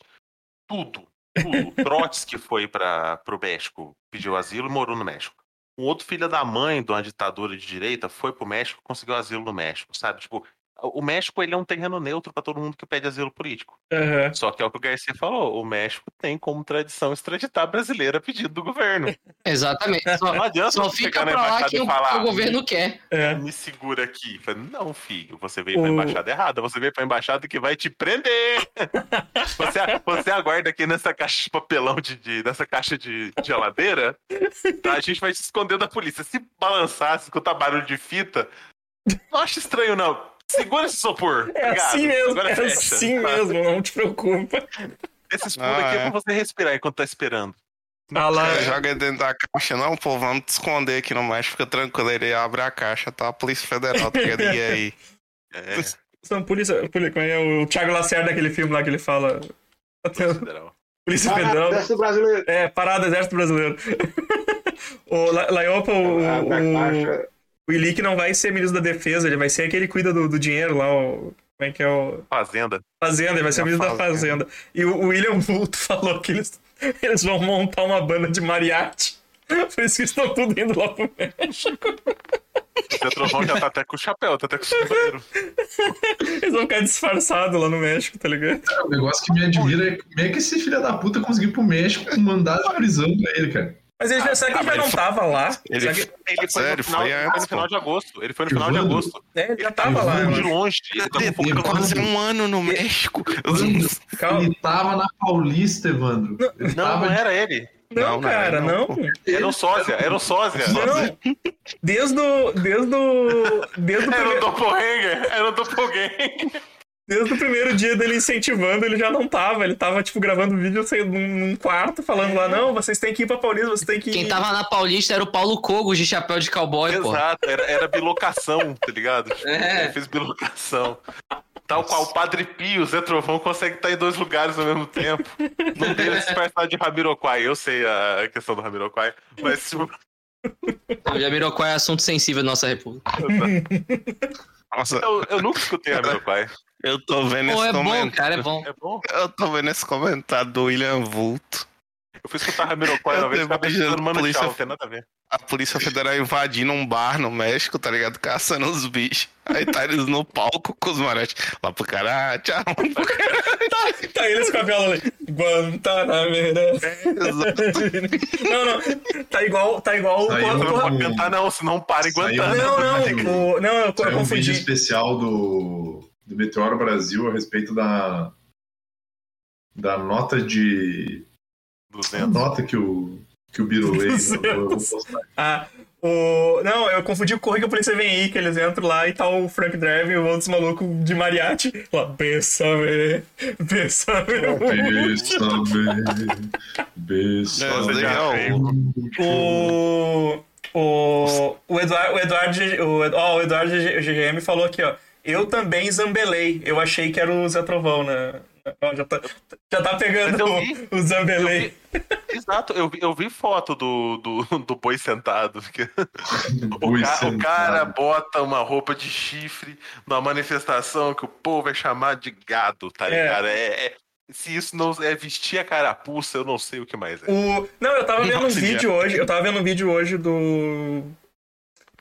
tudo. Tudo. Trotsky foi para pro México, pediu asilo e morou no México. Um outro filho da mãe de uma ditadura de direita foi pro México conseguiu asilo no México, sabe? Tipo, O México ele é um terreno neutro para todo mundo que pede asilo político. Aham. Só que é o que o Garcia falou: o México tem como tradição extraditar brasileiro a pedido do governo. Exatamente. Só, Não adianta só você fica chegar na pra lá embaixada que e o, falar, o governo quer. é. Me segura aqui. Fala, Não, filho, você veio pra O- embaixada errada, você veio pra embaixada que vai te prender. você, você aguarda aqui nessa caixa de papelão, de, de- nessa caixa de de geladeira, tá? a gente vai se esconder da polícia. Se balançar, se escutar barulho de fita, não acha estranho, não. Segura esse sopor. É Obrigado. assim mesmo, Agora é fecha. Tá, assim mesmo, não te preocupa. Esse escudo aqui é pra você respirar enquanto tá esperando. Ah lá, É. Cara, Joga ele dentro da caixa, não, pô, vamos te esconder aqui no México, fica tranquilo. Ele abre a caixa, tá a Polícia Federal, tá querendo ir aí. É, São polícia, poli- como é o Thiago Lacerda daquele filme lá que ele fala. Então. Polícia Parada, Federal. Exército Brasileiro. É, Parada Exército Brasileiro. o La- Laiopa, o, o, o, o Ilick não vai ser ministro da Defesa, ele vai ser aquele que cuida do, do dinheiro lá, o, como é que é o. Fazenda. Fazenda, ele vai ser Da o ministro da Fazenda. Fazenda. E o o William Vulto falou que eles, eles vão montar uma banda de mariachi. Por isso que estão tudo indo lá pro México. O trovão já tá até com o chapéu, tá até com o chapéu. Eles vão ficar disfarçados lá no México, tá ligado? É, O negócio que me admira é como é que esse filho da puta conseguiu ir pro México com mandado de prisão pra ele, cara. Ah, tá, Mas ele já sabe que ele já não tava lá. Ele, Será que- ele foi Sério, no final, foi ele antes, no final pô. de agosto. Ele foi no final de Evandro? agosto. É, ele já tava lá. eu De acho. longe. Ele tava Tem quase um ano no México. Calma. Ele tava na Paulista, Evandro. Ele Não, tava não era ele. Não, cara, não. Era um sósia, era um sósia. Não. Desde o. Desde o. Desde o, Era um prime- doppelganger, era um doppelganger. desde o primeiro dia dele incentivando, ele já não tava. Ele tava, tipo, gravando vídeo sei, num, num quarto, falando lá, não, vocês têm que ir pra Paulista, vocês têm que. Quem tá tava na Paulista era o Paulo Cogos de chapéu de cowboy, pô. Exato, era, era bilocação, tá ligado? Tipo, É. Ele fez bilocação. Tal qual o Padre Pio, o Zé Trovão consegue estar em dois lugares ao mesmo tempo. Não tem esse personagem de Ramiroquai. Eu sei a a questão do Ramiroquai, mas tipo, O Jamiroquai é assunto sensível da nossa república. Nossa, eu, eu nunca escutei Ramiroquai. eu tô vendo Pô, esse é bom, comentário. cara, é bom. É bom? Eu tô vendo esse comentário do William Vulto. Eu fui escutar Ramiroquai uma Eu vez, tô acabei imaginando escutando Mano polícia- Tchau, não tem nada a ver. A Polícia Federal invadindo um bar no México, tá ligado? Caçando os bichos. Aí tá eles no palco com os maretes. Lá pro cara, ah, tchau. Tá eles com a viola ali. Guantanamera. Não, não. Tá igual, tá igual o. Saiu Não é o- pode cantar não, senão para em Saiu Guantanamo. Não, não. o- Não, eu, eu Saiu um vídeo confundi. especial do, do Meteoro Brasil a respeito da da nota de a 200. nota que o que o Birulei mandou. Eu vou postar. Ah, o... Não, eu confundi o Corre que a polícia vem aí, que eles entram lá e tá o Frank Drive e o outro maluco de mariachi. Lá, bésame, bésame. Bésame, Não, bésame. legal. O... O... O Eduardo... O Eduardo, o Edu- ó, o Eduardo G- GGM falou aqui, ó. Eu também zambelei. Eu achei que era o Zé Trovão, né? Ó, já, tá, já tá Mas pegando eu vi. o, o zambelei. Exato, eu vi, eu vi foto do, do, do boi sentado. que- O, Boi ca- o sentado. cara bota uma roupa de chifre numa manifestação que o povo é chamado de gado, tá É. ligado? É, é- se isso não é vestir a carapuça, eu não sei o que mais é. O... Não, eu tava vendo um Nossa, vídeo idiota. hoje. Eu tava vendo um vídeo hoje do.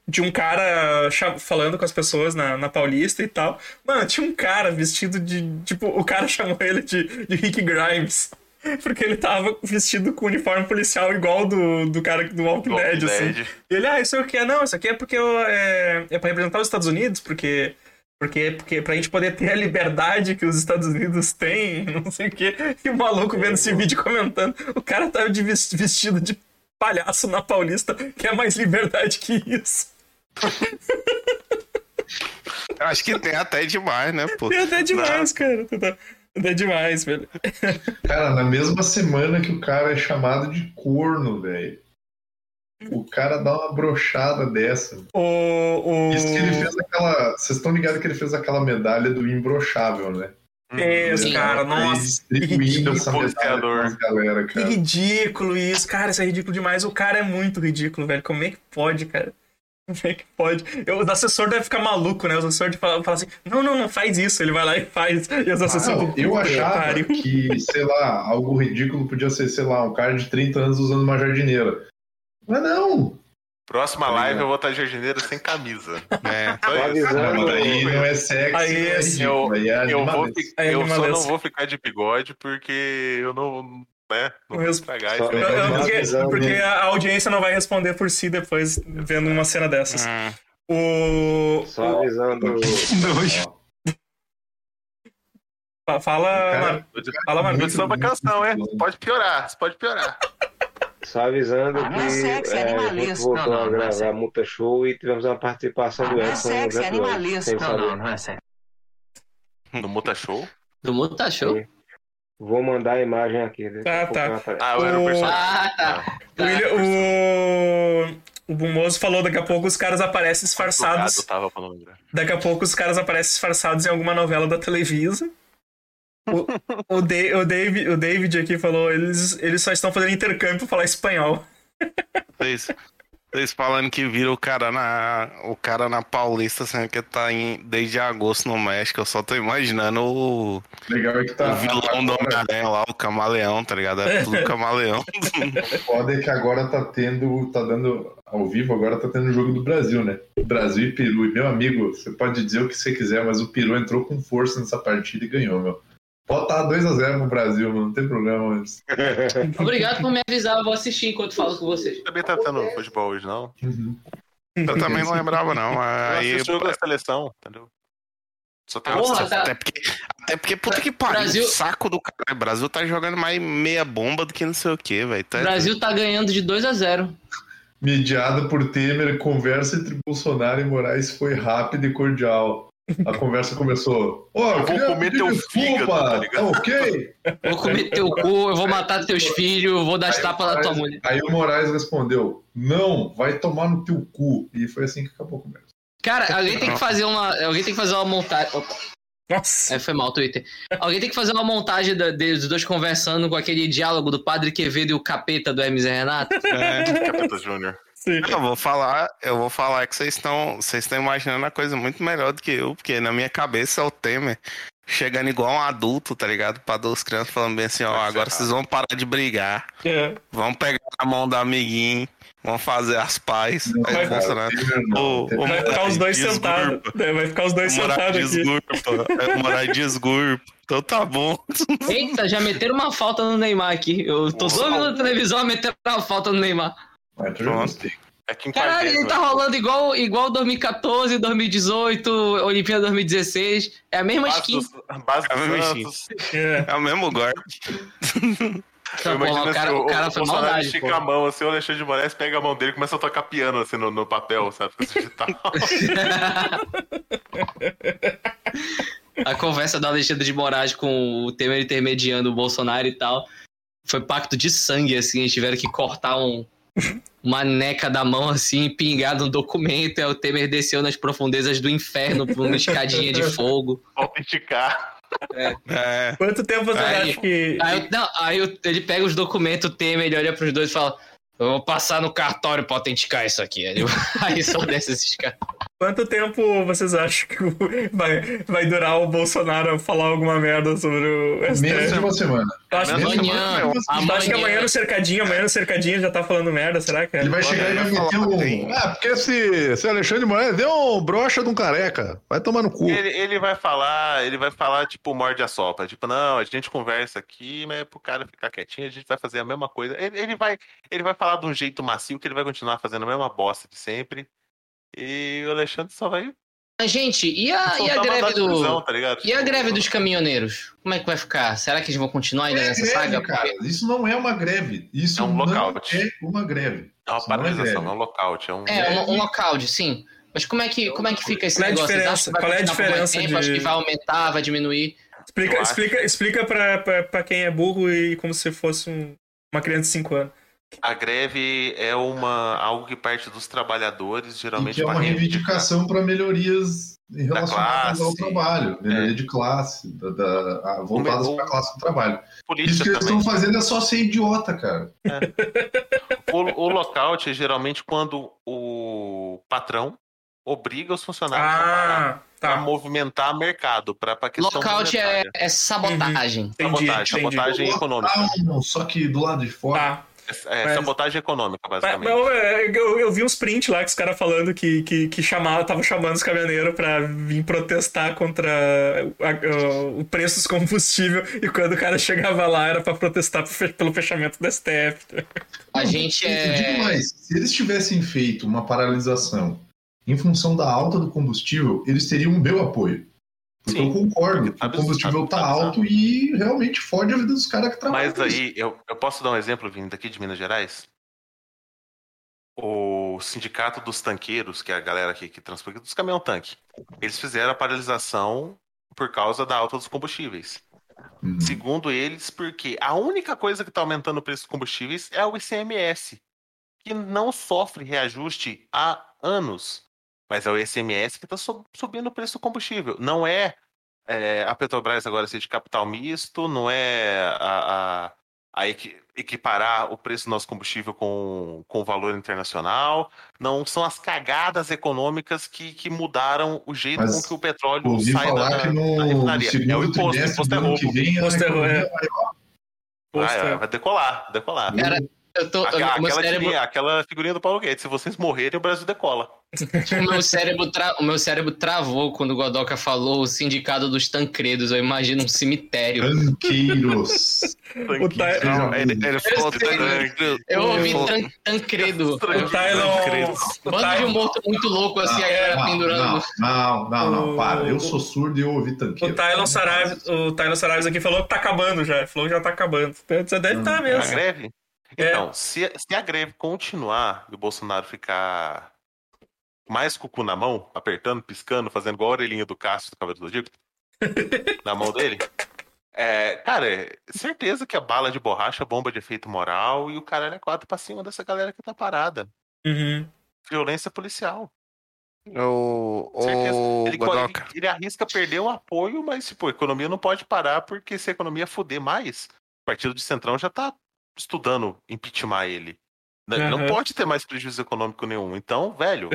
De um cara cha- falando com as pessoas na, na Paulista e tal. Mano, tinha um cara vestido de. Tipo, o cara chamou ele de, de Rick Grimes. Porque ele tava vestido com uniforme policial igual do, do cara do Walking Do Walking Dead, assim. Dead. E ele, ah, isso aqui é. Não, isso aqui é porque eu, é, é pra representar os Estados Unidos, porque. Porque, porque pra gente poder ter a liberdade que os Estados Unidos têm, não sei o quê. E o maluco vendo esse vídeo comentando. O cara tá de ves- vestido de palhaço na Paulista, que é mais liberdade que isso. Acho que tem até demais, né, pô? É até demais, cara. É demais, velho. Cara, na mesma semana que o cara é chamado de corno, velho. O cara dá uma brochada dessa. O. o... Isso que ele fez aquela. Vocês estão ligados que ele fez aquela medalha do imbrochável, né? Fez, cara. Nossa. Distribuindo essa medalha ridículo, boxeador. pras galera, Que cara. ridículo isso, cara, isso é ridículo demais. O cara é muito ridículo, velho. Como é que pode, cara? Como é que pode? Eu, o assessor deve ficar maluco, né? Os assessores falam fala assim: não, não, não faz isso. Ele vai lá e faz. E os Ah, assessores. não, eu Puta achava pariu. que, sei lá, algo ridículo podia ser, sei lá, um cara de 30 anos usando uma jardineira. Mas não! Próxima live eu vou estar de jardineira sem camisa. É, só isso. Não, aí não é sexy. Aí é assim, eu, Eu, vou fi- eu só não vou ficar de bigode porque eu não. Né, não vou estragar Só- esse Eu- negócio. eu- porque, Exatamente. porque a audiência não vai responder por si depois vendo uma cena dessas. Hum. O. Só avisando. fa- Fala. Mar- é Fala, Marcos. Só uma canção, é? Pode piorar, você pode piorar. Só avisando Ah, que não é sexy, é eh, a gente animalesco. voltou Não, a não, não é Ah, gravar sexy. Muta Show e tivemos uma participação do Edson. né, Cláudio? Sem saber. é sério. No Muta Show? Do mundo tá show. Vou mandar a imagem aqui. deixa Tá, eu tá. colocar pra- Ah, eu era o O- personagem. Ah, tá. O, William, o... o Bumoso falou daqui a pouco os caras aparecem disfarçados. Ah, Eu tava falando. Daqui a pouco os caras aparecem disfarçados em alguma novela da Televisa. O, o, Da- o David, o David aqui falou, eles, eles só estão fazendo intercâmbio pra falar espanhol. Vocês, vocês falando que viram o cara na, o cara na Paulista, sendo que tá em, desde agosto no México. Eu só tô imaginando o, Legal é que tá. o vilão do Homem-Aranha lá, o camaleão, tá ligado? É tudo camaleão. O foda é que agora tá tendo. Tá dando. Ao vivo agora tá tendo o jogo do Brasil, né? Brasil e Peru. E meu amigo, você pode dizer o que você quiser, mas o Peru entrou com força nessa partida e ganhou, meu. Pode tá estar 2x0 pro Brasil, mano. Não tem problema. Mas... Ah, Obrigado por me avisar, eu vou assistir enquanto falo com vocês. Também tá tendo futebol hoje, não? Eu também não lembrava, não. Eu Aí, assisti o jogo da seleção, entendeu? Só tem Porra, opção. tá- até, porque, até porque, puta que pariu, Brasil- o saco do cara. O Brasil tá jogando mais meia bomba do que não sei o que, velho. Tá- O Brasil tá ganhando de 2 a 0 Mediada por Temer, conversa entre Bolsonaro e Moraes foi rápida e cordial. A conversa começou. Ó, Eu vou queria comer pedir teu fígado, tá desculpa, tá ligado? ok? Vou comer teu cu, eu vou matar teus filhos, vou dar as tapas na tua mulher. Aí o Moraes respondeu: Não, vai tomar no teu cu. E foi assim que acabou a conversa. Cara, alguém tem que fazer uma. Alguém tem que fazer uma montagem. Opa, Nossa. é, foi mal, Twitter. Alguém tem que fazer uma montagem da- deles, dos dois conversando com aquele diálogo do padre Quevedo e o capeta do Hermes e Renato. É. Capeta Júnior. Sim. Eu vou falar, eu vou falar que vocês estão, vocês estão imaginando a coisa muito melhor do que eu, porque na minha cabeça é o Temer chegando igual um adulto, tá ligado? Para duas crianças falando bem assim, ó, Tá agora ferrado. vocês vão parar de brigar, É. vão pegar a mão do amiguinho, vão fazer as pazes. Não, Aí, vai- Bolsonaro, Temer não, ô, Temer ô, Vai ficar os dois desgrupa. sentados. né? Vai ficar os dois Morar sentados aqui. desgurpa, é morar desgurpa. Então tá bom. Eita, já meteram uma falta no Neymar aqui. Eu tô Nossa. doido na televisão, meteram uma falta no Neymar. Mas tudo Pronto. bem. É que Caralho, ele tá rolando igual, igual 2014, 2018, Olimpíada 2016. É a mesma Base skin. do, base É o do mesmo Santos. É. É o mesmo golpe. Tá, porra, o cara, o cara foi assim, Bolsonaro maldade. estica pô. a mão, assim, o Alexandre de Moraes pega a mão dele e começa a tocar piano, assim, no, no papel, sabe? Fica assim, digital. A conversa do Alexandre de Moraes com o Temer intermediando o Bolsonaro e tal. Foi pacto de sangue, assim. Eles tiveram que cortar um, uma neca da mão, assim, pingar num documento. Aí o Temer desceu nas profundezas do inferno por uma escadinha de fogo. Autenticar. É. Quanto tempo você Aí. acha que. Aí, eu- não, aí eu- ele pega os documentos, o Temer, ele olha pros dois e fala: Eu vou passar no cartório pra autenticar isso aqui. Aí, eu- aí só desce esses caras. Quanto tempo vocês acham que o- vai, vai durar o Bolsonaro falar alguma merda sobre o Menos de STF? uma semana. Eu acho, Menos- que- Amanhã, eu acho que amanhã amanhã. no cercadinho, amanhã no cercadinho já tá falando merda, será que é? Ele vai chegar e vai Olha, meter falar bem. um. Ah, porque esse, esse Alexandre Moraes deu um brocha de um careca. Vai tomar no cu. Ele, ele vai falar, ele vai falar, tipo, morde a sopa. Tipo, não, a gente conversa aqui, mas é pro cara ficar quietinho, a gente vai fazer a mesma coisa. Ele, ele vai, ele vai falar de um jeito macio que ele vai continuar fazendo a mesma bosta de sempre. E o Alexandre só vai. Mas, Gente, e a, Ah, e soltar a greve mandado de prisão, do. tá ligado? E a Tipo, greve dos caminhoneiros? Como é que vai ficar? Será que eles vão continuar Né, ainda É nessa greve, saga? cara. Isso não é uma greve. Isso É um não lockout. é uma greve. É uma Isso não é paralisação, greve. é um lockout. É um... É, um, um lockout, sim. Mas como é que, como é que fica esse Qual é a negócio? Vocês diferença? acham que vai Qual é a continuar por mais diferença tempo? Acho de- que vai aumentar, vai diminuir. Explica, Eu acho. explica, explica pra, pra, pra quem é burro e como se fosse um- uma criança de 5 anos. A greve é uma algo que parte dos trabalhadores, E geralmente que é uma pra reivindicar. reivindicação para melhorias em relação classe. ao trabalho, melhoria de classe, da, da- a- voltadas Como é- para a classe do trabalho. Isso política que eles também. estão fazendo é só ser idiota, cara. O, o lockout é geralmente quando o patrão obriga os funcionários a parar Ah, pra tá. movimentar mercado, pra, pra questão Lockout é, monetária. é sabotagem. Entendi, sabotagem, entendi. sabotagem econômica. Ah, não, só que do lado de fora. Tá. É, é Mas- sabotagem econômica, Mas, basicamente. mas, é, eu, eu vi uns print lá que os caras falando que, que, que chamava, tava chamando os caminhoneiros pra vir protestar contra a- a- o preço dos combustível e quando o cara chegava lá era pra protestar pro fe- pelo fechamento do STF. A gente Uhum. é- Eu digo mais, se eles tivessem feito uma paralisação em função da alta do combustível, eles teriam o meu apoio. Porque eu concordo, que o combustível tá alto e realmente fode a vida dos caras que trabalham. Mas aí, eu, eu posso dar um exemplo vindo daqui de Minas Gerais? O Sindicato dos Tanqueiros, que é a galera aqui que transporta dos caminhão-tanque, eles fizeram a paralisação por causa da alta dos combustíveis. Uhum. Segundo eles, porque a única coisa que está aumentando o preço dos combustíveis é o ICMS, que não sofre reajuste há anos. Mas é o ICMS que está subindo o preço do combustível. Não é é, a Petrobras agora ser de capital misto, não é a, a- a equi- equiparar o preço do nosso combustível com, com o valor internacional, não são as cagadas econômicas que, que mudaram o jeito Mas com que o petróleo Ouvi sai falar da, que da no refinaria. É o segundo imposto, o trimestre imposto do é ano roubo. que vem a Imposto é roubo. economia vai Vai, Ah, é, vai, vai decolar, decolar. Cara, eu tô- Aquela, meu aquela cérebro- tirinha, aquela figurinha do Paulo Guedes, se vocês morrerem, o Brasil decola. o, meu cérebro tra- o meu cérebro travou quando o Godoka falou o sindicato dos Tancredos. Eu imagino um cemitério. Tanqueiros. O Ty- Não, ele, ele falou Eu ouvi Ele falou- Tan- Tancredo. O Tylon. Bando de um morto muito louco, assim, a galera pendurando. Não, não, não, O- para. Eu sou surdo e eu ouvi tanqueiro. O Tylon Saraves, o Tylon Saraves aqui falou que tá acabando já, falou que já tá acabando. Então, Você deve estar A mesmo. greve? Então, se, se a greve continuar e o Bolsonaro ficar mais com o cu na mão, apertando, piscando, fazendo igual a orelhinha do Cássio do Cabelo do Dico, na mão dele, é, cara, é certeza que a bala de borracha, bomba de efeito moral e o caralho é quatro pra cima dessa galera que tá parada. Uhum. Violência policial. O, Certeza. o Ele, Godoka. ele- ele arrisca perder o apoio, mas tipo, a economia não pode parar, porque se a economia fuder mais, o partido de Centrão já tá estudando impeachment ele. Né? Ele Não Aham. pode ter mais prejuízo econômico nenhum. Então, velho,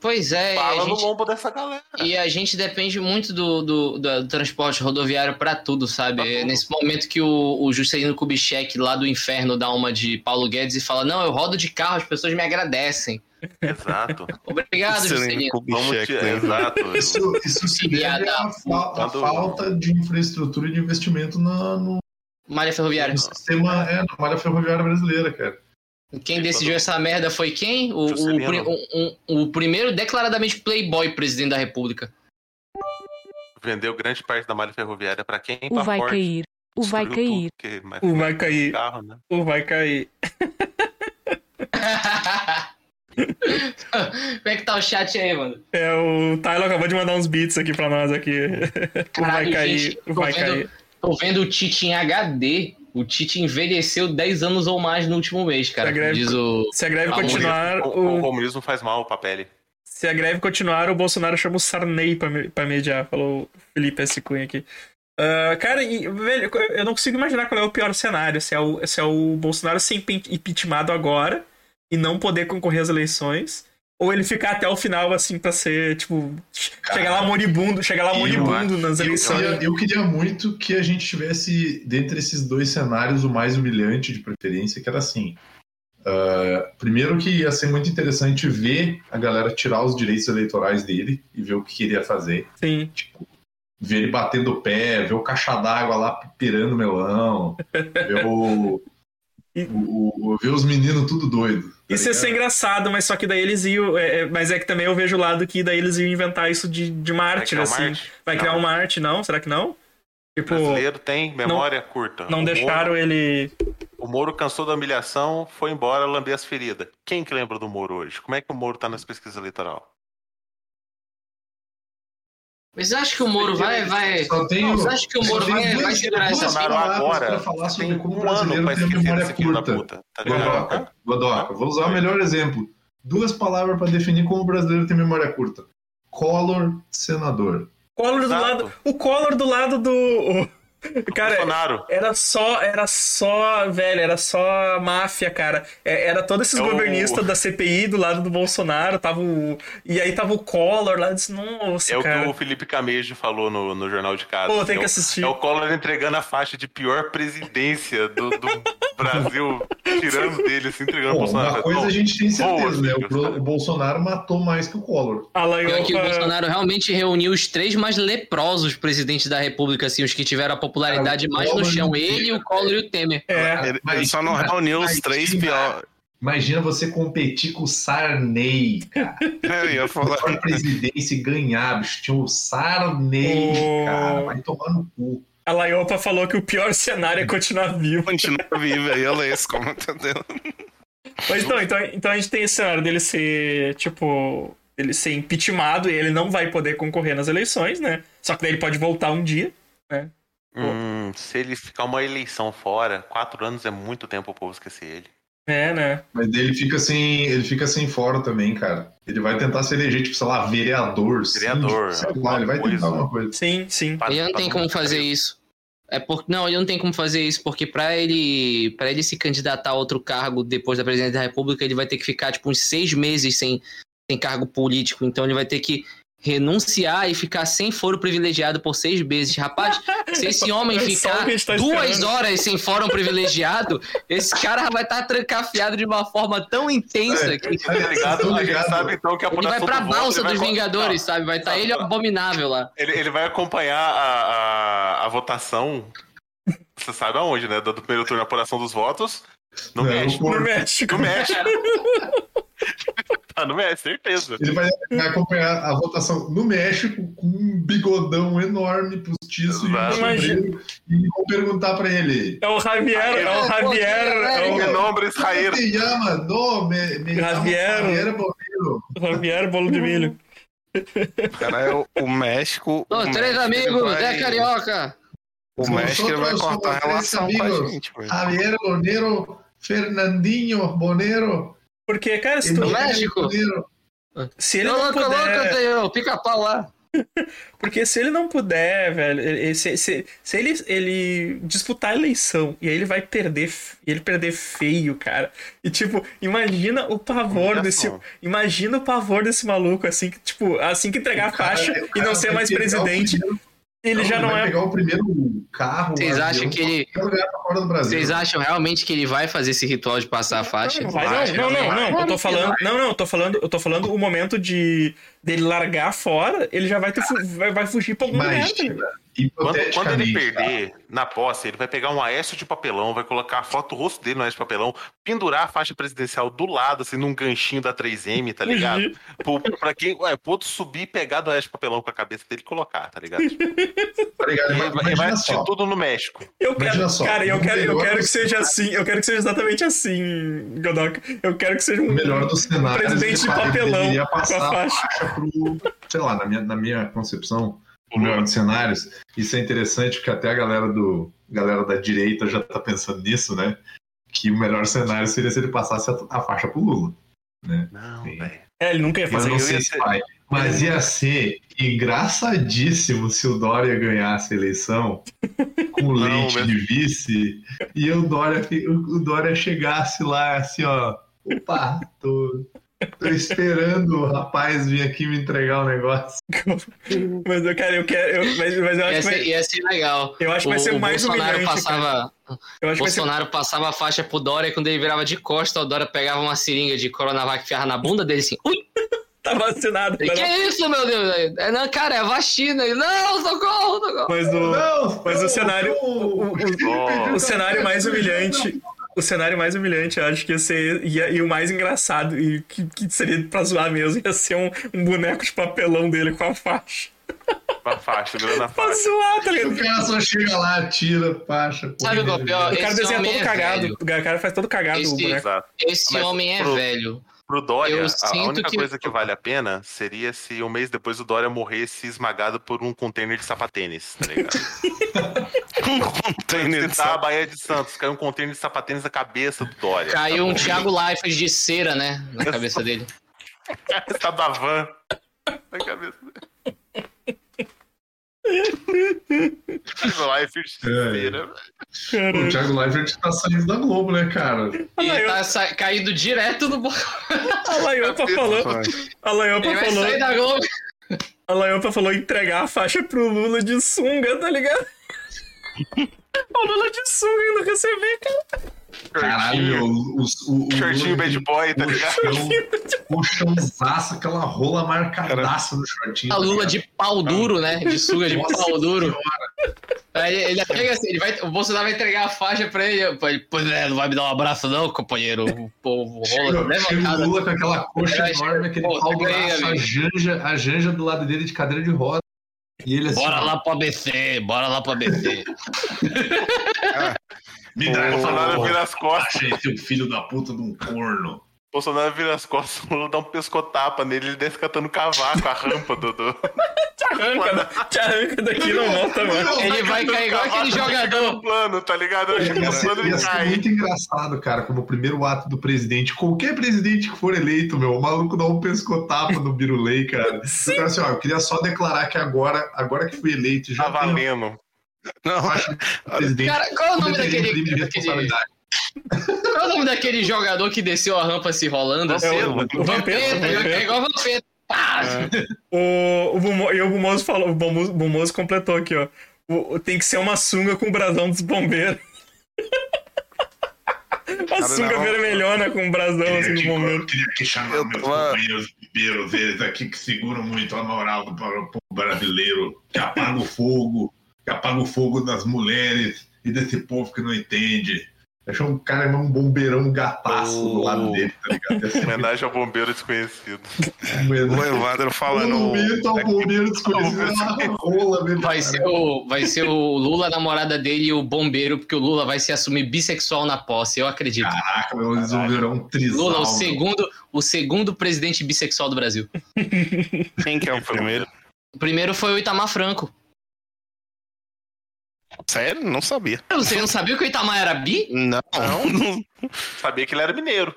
Pois é, e Bala a no gente... lombo dessa galera. E a gente depende muito do, do, do transporte rodoviário pra tudo, sabe? É Nesse momento que o, o Juscelino Kubitschek, lá do inferno da alma de Paulo Guedes, e fala: Não, eu rodo de carro, as pessoas me agradecem. exato. Obrigado, Juscelino. Vamos te... né? Exato. Isso, isso se deve Filha da à fa- à puta do- falta de infraestrutura e de investimento na, no Malha ferroviária. sistema, é, na malha ferroviária brasileira, cara. Quem decidiu essa merda foi quem? O, o, Juscelino. pri- um- um- o primeiro declaradamente playboy presidente da República. Vendeu grande parte da malha ferroviária pra quem? O Pra vai Ford, cair. O vai cair. que mais- O vai cair. Carro, né? O vai cair. Como é que tá o chat aí, mano? É, o Tylon acabou de mandar uns beats aqui pra nós aqui. O vai Caralho, cair, gente, o tô vai vendo- cair. Tô vendo o Tite em HD. O Tite envelheceu 10 anos ou mais no último mês, cara. Se a greve- diz o... se a greve a O mulher. continuar, comunismo- o, o comunismo faz mal pra pele. Se a greve continuar, o Bolsonaro chama o Sarney pra, me- pra mediar, falou o Felipe S. Cunha aqui. Ah, cara, e, velho, eu não consigo imaginar qual é o pior cenário. Se é o, se é o Bolsonaro ser impe- impeachmentado agora e não poder concorrer às eleições, ou ele ficar até o final, assim, pra ser, tipo, che- chegar lá moribundo, chegar lá moribundo nas Eu eleições. queria, eu queria muito que a gente tivesse, dentre esses dois cenários, o mais humilhante de preferência, que era assim. ah, primeiro que ia ser muito interessante ver a galera tirar os direitos eleitorais dele e ver o que queria fazer. Sim. ver ele batendo o pé, ver o caixa d'água lá pirando o melão, ver, o, o- o- ver os meninos tudo doido. tá tá Isso ia ser engraçado, mas só que daí eles iam. é, é, mas é que também eu vejo o lado que daí eles iam inventar isso de, de mártir, criar um assim. mártir? Vai criar Não. um mártir, não? Será que não? Tipo. brasileiro tem memória curta. não deixaram ele. O Moro cansou da humilhação, foi embora, lambeu as feridas. Quem que lembra do Moro hoje? Como é que o Moro tá nas pesquisas eleitoral? Mas acho que o Moro é vai. vai... Só tem o- Não, acho que o Moro só tem vai, dois- vai segurar duas essa palavras porra. pra falar sobre como o um ano brasileiro pra tem esquecer memória desse filho da curta. puta, tá ligado? Godoca, Godoca, vou usar o melhor exemplo. Duas palavras para definir como o brasileiro tem memória curta. Collor, senador. Collor do lado, o Collor do lado do. Cara, Bolsonaro. era só, era só, velho, era só máfia, cara. É, era todos esses É o- governistas da CPI do lado do Bolsonaro, tava o... E aí tava o Collor lá, eu disse, nossa, É o cara. que o Felipe Camejo falou no, no Jornal de Casa. Pô, tem É que o- assistir. É o Collor entregando a faixa de pior presidência do, do Brasil tirando dele, se entregando ao Bom, Bolsonaro. uma então? coisa a gente tem certeza, Boa, né? O, Bro- o Bolsonaro matou mais que o Collor. Pior que o Bolsonaro realmente reuniu os três mais leprosos presidentes da República, assim, os que tiveram a popularidade Cara, o mais no Collor chão. não- Ele, o Collor e o Temer. é, Ele, ele É só não reuniu os três piores. Imagina você competir com o Sarney, cara. Eu ia falar. Pra presidência e ganhar, bicho. Tinha o Sarney, Oh. cara. Vai tomar no cu. A Laiopa falou que o pior cenário é continuar vivo. Continuar vivo, aí eu leio esse comentário dela. Mas então, então, então a gente tem esse cenário dele ser, tipo, ele ser impeachmentado e ele não vai poder concorrer nas eleições, né? Só que daí ele pode voltar um dia, né? Hum, se ele ficar uma eleição fora, quatro anos é muito tempo pro povo esquecer ele. É, né? Mas daí ele fica sem, ele fica sem fora também, cara. Ele vai tentar se eleger, tipo, sei lá, vereador. Vereador, síndico, sei lá, ele vai alguma tentar coisa. alguma coisa. Sim, sim. Ele não tem como um fazer isso. É porque não, ele não tem como fazer isso porque pra ele, para ele se candidatar a outro cargo depois da presidência da República, ele vai ter que ficar tipo uns seis meses sem, sem cargo político. Então ele vai ter que renunciar e ficar sem foro privilegiado por seis meses. Rapaz, se esse homem É só o ficar que a gente tá duas esperando. horas sem fórum privilegiado, esse cara vai estar trancafiado de uma forma tão É. intensa que Tá ligado? A gente sabe então que a ele vai apuração pra do voto, balsa ele vai dos co- Vingadores, sabe? Vai estar ele abominável lá. Ele, ele vai acompanhar a, a, a votação. Você sabe aonde, né? Do do primeiro turno, a apuração dos votos. No Não, México. pô. No México. No México. tá no México, certeza. Ele vai, vai acompanhar a votação no México com um bigodão enorme postiço e um Exato. sombreiro. E vão perguntar pra ele. É o Javier, é o Javier, é Meu o nome é Israel. Como te chama? No, me, me Javier. chamo Javier Bolero. Javier Bolo de Milho. Cara, é o- o México. Ô, o três México, ele amigos, vai- é carioca. O México ele vai Nós somos cortar a três relação com a amigos. gente, velho. Ah, Javier Bonero, Fernandinho Bonero. Porque, cara, se, tu, No Emiliano México? Bonero. se ele Ele não né? louco, louco, puder... tenho pica-pau lá. Porque se ele não puder, velho, ele- se, se, se ele, ele disputar a eleição e aí ele vai perder, f- e ele perder feio, cara. E tipo, imagina o pavor desse, Humilhação. imagina o pavor desse maluco assim que tipo, assim que entregar a faixa Cara, e o não cara ser vai mais pegar é o presidente, primeiro- ele já não vai é. pegar o primeiro carro. Vocês avião, acham que ele- qualquer lugar pra fora do Brasil. Vocês acham realmente que ele vai fazer esse ritual de passar a faixa? Não, vai, não, não, não, não, eu tô falando, não, não, eu tô falando, eu tô falando o momento de dele largar fora, ele já vai ter fu- vai, vai fugir pra algum lugar. velho. Imagina, Quando, quando ele hipoteticamente, tá. perder na posse, ele vai pegar um Aécio de papelão, vai colocar a foto do rosto dele no Aécio de papelão, pendurar a faixa presidencial do lado, assim, num ganchinho da 3M, tá ligado? Fugir. Pro, pra quem, ué, pro outro subir e pegar do Aécio de papelão com a cabeça dele e colocar, tá ligado? Ele tá ligado? vai, ele vai Imagina assistir só. tudo no México. Eu quero, Imagina só, cara, eu o quero, eu melhor quero que dos- seja assim, eu quero que seja exatamente assim, Godok. Eu quero que seja um O melhor dos cenários. presidente de eu falei que papelão Deveria com a passar a faixa. faixa pro. Sei lá, na minha, na minha concepção, o melhor dos cenários. Isso é interessante, porque até a galera do. galera da direita já tá pensando nisso, né? Que o melhor cenário seria se ele passasse a, a faixa pro Lula. Não, Sim. velho. É, ele nunca ia Mas fazer não eu isso. sei ia se ser- vai. Mas ia ser engraçadíssimo se o Dória ganhasse a eleição com o Não, leite mas- de vice e o Dória, fi- o o Dória chegasse lá assim, ó. Opa, tô, tô esperando o rapaz vir aqui me entregar o negócio. Mas eu quero, eu quero, eu- mas, mas eu acho Ia que ser, vai, ia ser legal. eu acho que vai ser o, o mais o Bolsonaro humilhante. cara. passava, Eu acho que vai ser Bolsonaro passava a faixa pro Dória e quando ele virava de costa, o Dória pegava uma seringa de Coronavac e ferrava na bunda dele assim. Ui, tá vacinado, que mas, é isso, meu Deus? É, Não, cara, é a vacina. Ele, Não, socorro, socorro. mas o, Não, mas o cenário- o- o- Ó, o cenário mais humilhante, o cenário mais humilhante, eu acho que ia ser ia- e o mais engraçado e que, que seria pra zoar mesmo, ia ser um, um boneco de papelão dele com a faixa. a faixa, grana a Pra faixa. zoar, tá ligado? O cara só chega lá, tira, faixa. Sabe põe qual é o pior? O cara Esse desenha homem todo é cagado. velho. O cara faz todo cagado Esse- o boneco. Exato. Esse Mas homem é pro- velho. Pro Eu Dória, a- a, sinto única que- coisa que vale a pena seria se um mês depois o Dória morresse esmagado por um container de sapatênis, tá ligado? Não tem nem Você tá a Bahia de Santos, caiu um container de sapatênis na cabeça do Dória. Caiu um Thiago Leifert de cera, né? Na cabeça dele. Tá da van. Na cabeça dele. Life esteira. O Thiago Leifert tá saindo da Globo, né, cara? A E Laiopa- tá sa- caído direto no bolso. a Laiopa falou. A Laiopa Ele vai falou. sair da Globo. A Laiopa falou entregar a faixa pro Lula de sunga, tá ligado? o Lula de sunga indo receber, cara. Caralho, meu, o, o, o, Shortinho bad boy, tá o ligado? chão- O chãozaço, aquela rola marcadaça no shortinho. A Tá lula de pau duro, né? De suga de Tá Então, Nossa pau duro. Aí ele ele chega assim, ele vai, o Bolsonaro vai entregar a faixa pra ele. pô, Ele, pois é, não vai me dar um abraço, não, companheiro. O povo rola. né, Chega o mancada? Lula com aquela coxa Aí chega, enorme, aquele pô, pau do ganhei, braço, a amigo. janja, a janja do lado dele de cadeira de roda. E ele assim, Bora ó, lá pro ABC, bora lá pro ABC. me O dá Bolsonaro vira as costas. Achei teu filho da puta de um corno. O Bolsonaro vira as costas, o Lula dá um pescotapa nele, ele desce catando cavaco, a rampa do. do... Te arranca, da- te arranca daqui, não volta, mano. Ele vai cair igual aquele jogador. plano, tá ligado? Ele Ia chega no ser, plano ia e ser cai. assim, muito engraçado, cara, como o primeiro ato do presidente. Qualquer presidente que for eleito, meu, o maluco dá um pescotapa no Birulei, cara. Eu, quero assim, ó, eu queria só declarar que agora, agora que fui eleito, já Tá tenho valendo. Não, presidente. Cara, qual é o nome Poderia daquele- crime de daquele- responsabilidade. Qual é o nome daquele jogador que desceu a rampa se É rolando? Assim, Vampeta, o Vampeta, ele vai né? cair igual o Vampeta. Pá! O, o Bumo- e o Bumoso falou, o Bumo- Bumoso completou aqui, ó. O- o- tem que ser uma sunga com o brasão dos bombeiros. Uma Cara, sunga não. vermelhona com o brasão assim, Queria do que- bombeiro. queria que chamar Eu tava- companheiros bebeiros, eles aqui que seguram muito a moral do povo brasileiro, que apaga o fogo, que apaga o fogo das mulheres e desse povo que não entende. Achou um cara um bombeirão gataço do Oh. lado dele, tá ligado? Esse tipo Em homenagem ao bombeiro desconhecido. o bombeiro- Evandro falando. Monumento ao Um bombeiro desconhecido, é uma rola mesmo, Vai cara. ser, o, vai ser o Lula, a namorada dele e o bombeiro, porque o Lula vai se assumir bissexual na posse, eu acredito. Caraca, meu, eles vão virar um trisal. Lula, o meu. segundo, o segundo presidente bissexual do Brasil. Quem que é o primeiro? O primeiro foi o Itamar Franco. Sério? Não sabia. Você não sabia que o Itamar era bi? Não. Sabia que ele era mineiro.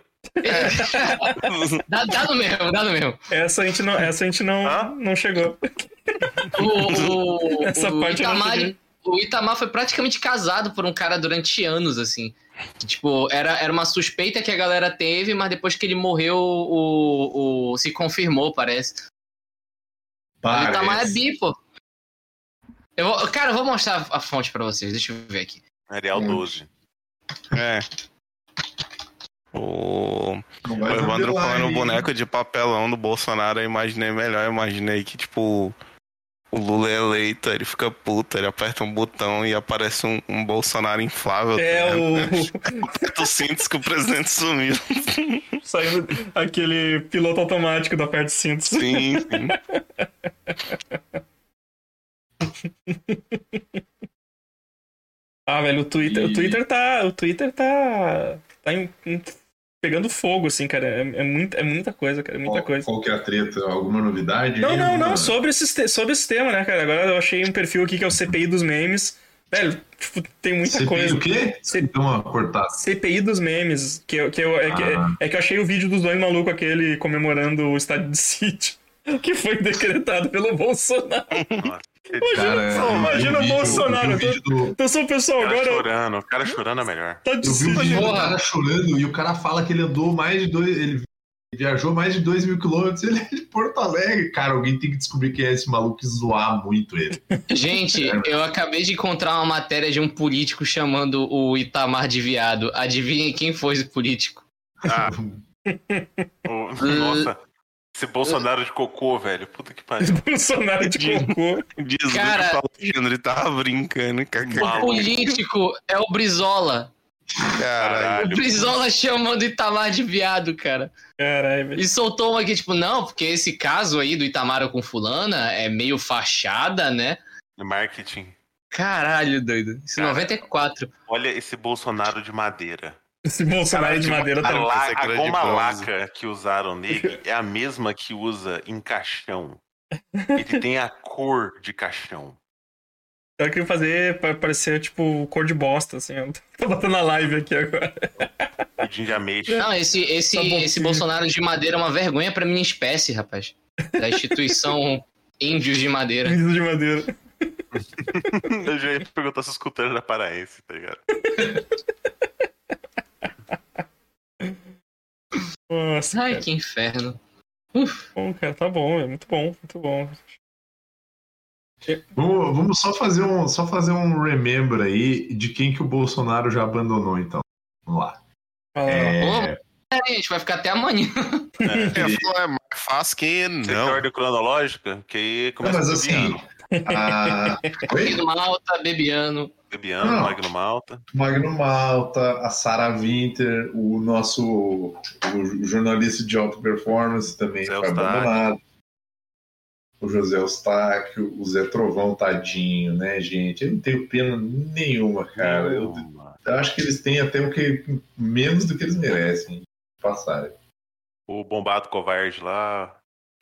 Dá, dá no mesmo, dá no mesmo. Essa a gente não, essa a gente não, Hã? não chegou. O, o- Essa o parte eu não Itamar, entendi. o Itamar foi praticamente casado por um cara durante anos, assim. Que, tipo, era, era uma suspeita que a galera teve, mas depois que ele morreu, o, o- se confirmou, parece. O Itamar é Parece. bi, pô. Eu vou- cara, eu vou mostrar a fonte pra vocês, deixa eu ver aqui. Arial 12. É. O, Não o vai Evandro revelar, falando o hein? um boneco de papelão do Bolsonaro, eu imaginei melhor. Eu imaginei que, tipo, o Lula é eleito, ele fica puto, ele aperta um botão e aparece um, um Bolsonaro inflável. É tá ligado? o. Aperta o cintos que o presidente sumiu. Saindo aquele piloto automático da parte cintos. Sim, sim. Ah, velho, o Twitter, o E- Twitter tá, o Twitter tá, tá em- em- pegando fogo assim, cara. É, é muita, é muita coisa, cara, é muita Qual, coisa. qual que é a treta? Alguma novidade? Não, aí, não, não, mano? sobre esse, te- sobre esse tema, né, cara? Agora eu achei um perfil aqui que é o CPI dos memes. Velho, tipo, tem muita CPI coisa. o quê? C- Deu uma cortada. CPI dos memes, que, eu- que eu, é, que, Ah. é que eu achei o vídeo dos dois malucos aquele comemorando o estádio de sítio, que foi decretado pelo Bolsonaro. Imagina Cara, só, eu vi um imagina o vídeo- Bolsonaro. Eu vi o vídeo do, Então, só o pessoal O cara agora chorando, o cara chorando é melhor. tá de Tá eu vi o sítio. vídeo do Porra. cara chorando e o cara fala que ele andou mais de dois. Ele viajou mais de dois mil quilômetros ele é de Porto Alegre. Cara, alguém tem que descobrir quem é esse maluco e zoar muito ele. Gente, É. eu acabei de encontrar uma matéria de um político chamando o Itamar de viado. Adivinhem quem foi esse político? Ah, o- nossa. Esse Bolsonaro de cocô, velho. Puta que pariu. Bolsonaro de cocô. Diz o Cara- que o Alexandre tava brincando. que- que- O Maluco. político é o Brizola. Caralho. O Caralho. Brizola chamando o Itamar de viado, cara. Caralho, velho. E soltou uma aqui, tipo, não, porque esse caso aí do Itamar com fulana é meio fachada, né? Marketing. Caralho, doido. Isso é Cara. 94. Olha esse Bolsonaro de madeira. Esse Bolsonaro de madeira A, tá. la- esse a cara é de goma bronze. laca que usaram nele é a mesma que usa em caixão. Ele tem a cor de caixão. Eu queria tá fazer pa- parecer, tipo, cor de bosta, assim. ó. Tô botando a live aqui agora. O de ameixa. Não, esse, esse, Tá bom, esse filho. Bolsonaro de madeira é uma vergonha pra minha espécie, rapaz. Da instituição Índios de É. Madeira. Camisa de madeira. Eu já ia perguntar se os culturas da paraense, tá ligado? Nossa, Ai, cara, que inferno. bom, cara, tá bom, é muito bom, muito bom. Vamos, vamos só fazer um só fazer um remember aí de quem que o Bolsonaro já abandonou, então. Vamos lá. Ah. É... a gente vai ficar até amanhã. É, é mais fácil que Tem não. ordem cronológica, que aí começa Mas com assim. Bebiano. A... Ah, Oi? Magno Malta, Bebiano. Bebiano, Não. Magno Malta. Magno Malta, a Sara Winter, o nosso o jornalista de alta performance também Zé foi Eustáquio. abandonado. O José Eustáquio, o Zé Trovão, tadinho, né, gente? Eu não tenho pena nenhuma, cara. Eu, eu acho que eles têm até o que menos do que eles merecem passar. O Bombado Covarde lá.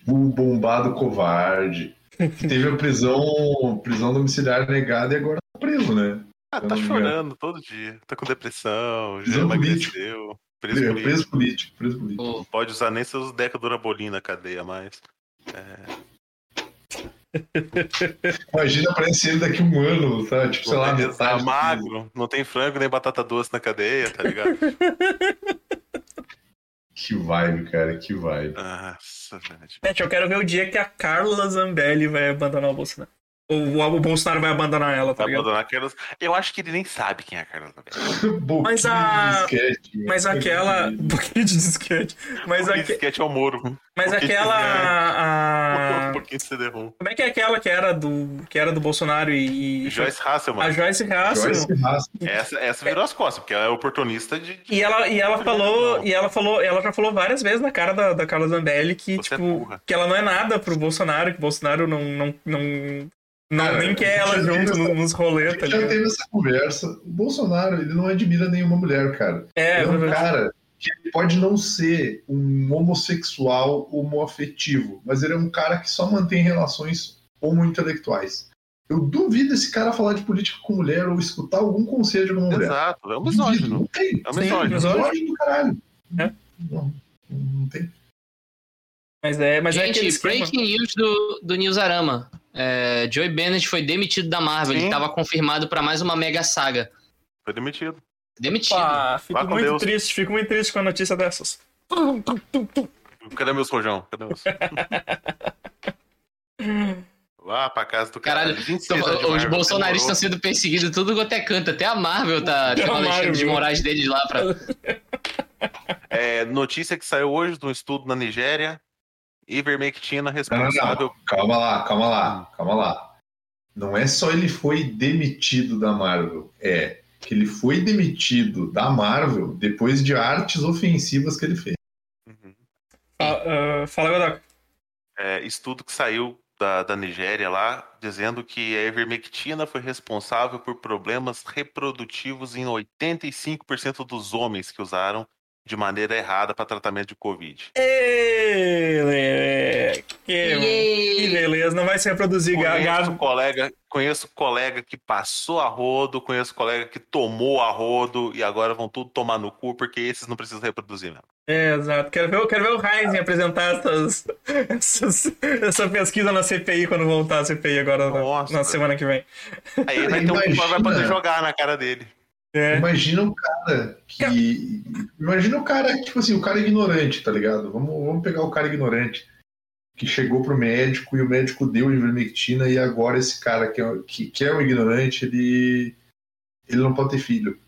O bombado covarde, que teve a prisão, prisão domiciliar negada e agora tá preso, né? Ah, Eu tá não me chorando todo dia. Tá com depressão, já Preso emagreceu. Preso É, político. preso político, preso político. Não pode usar nem seus decadurabolim na cadeia mais. É, Imagina aparecer ele daqui a um ano, tá? Tipo, sei lá, não tem- tá metade. magro, não tem frango nem batata doce na cadeia, tá ligado? Que vibe, cara, que vibe. Nossa, velho. Gente, eu quero ver o dia que a Carla Zambelli vai abandonar o Bolsonaro. Ou o- o Bolsonaro vai abandonar ela, tá Vai ligado? abandonar a Carla. Eu acho que ele nem sabe quem é a Carla Zambelli. Mas a- né? Mas aquela. Um Pouquinho de disquete. Mas, Porque aque... esse sketch é o Moro. mas Porque aquela. esse- a- Um pouquinho de CD-ROM. Como é que é aquela que era do, que era do Bolsonaro e. e- Joyce A Hasselman. Joyce Hasselman. Essa, essa virou as costas, porque ela é oportunista de. de- E ela, e ela falou, e ela falou, ela já falou várias vezes na cara da, da Carla Zambelli que, Você é tipo, burra. que ela não é nada pro Bolsonaro, que o Bolsonaro não, não, não, não Cara, nem quer ela já teve junto essa- no- nos rolês, tá já ligado? teve essa conversa. O Bolsonaro, ele não admira nenhuma mulher, cara. É, ele é um verdade. cara que ele pode não ser um homossexual homoafetivo, mas ele é um cara que só mantém relações homointelectuais. Eu duvido esse cara falar de política com mulher ou escutar algum conselho de alguma mulher. Exato, é um Duvido, misógino. Não tem. É um Sim, misógino. misógino. Misógino do caralho. É. Não, não tem. Mas é, mas é aquele Gente, esquema. breaking news do, do News Arama. É, Joey Bennett foi demitido da Marvel. Sim. Ele tava confirmado pra mais uma mega saga. Foi demitido. Demitido. Pá, Vá fico com muito Deus. triste, fico muito triste com a notícia dessas. Cadê meus rojão? Cadê meus? Vá pra casa do Caralho, caralho. 26 então, anos de os Marvel, bolsonaristas estão demorou. sendo perseguidos tudo quanto é canto. Até a Marvel tá, Até tá a deixando Marvel. os morais deles lá pra. É, notícia que saiu hoje de um estudo na Nigéria. Ivermectina Não, não, responsável. não. Calma lá, calma lá, calma lá. Não é só ele foi demitido da Marvel, é que ele foi demitido da Marvel depois de artes ofensivas que ele fez. Uhum. Ah, ah, fala, Godoc. É, estudo que saiu da, da Nigéria lá, dizendo que a ivermectina foi responsável por problemas reprodutivos em 85% dos homens que usaram de maneira errada para tratamento de Covid. Ei, Lele, Que, que Yay! beleza, não vai se reproduzir, ga- Conheço um Gabi. colega, conheço um colega que passou a rodo, conheço um colega que tomou a rodo e agora vão tudo tomar no cu porque esses não precisam reproduzir mesmo. É, exato. Quero ver, quero ver o Heisen apresentar essas, essas- essa pesquisa na CPI quando voltar a CPI agora na- Nossa. na, semana que vem. Aí ele vai ter um que Imagina. vai poder jogar na cara dele. É. Imagina o cara que. Imagina o cara, tipo assim, o cara ignorante, tá ligado? Vamos, vamos pegar o cara ignorante. Que chegou pro médico e o médico deu ivermectina e agora esse cara que é, que, que é um ignorante, ele, ele não pode ter filho.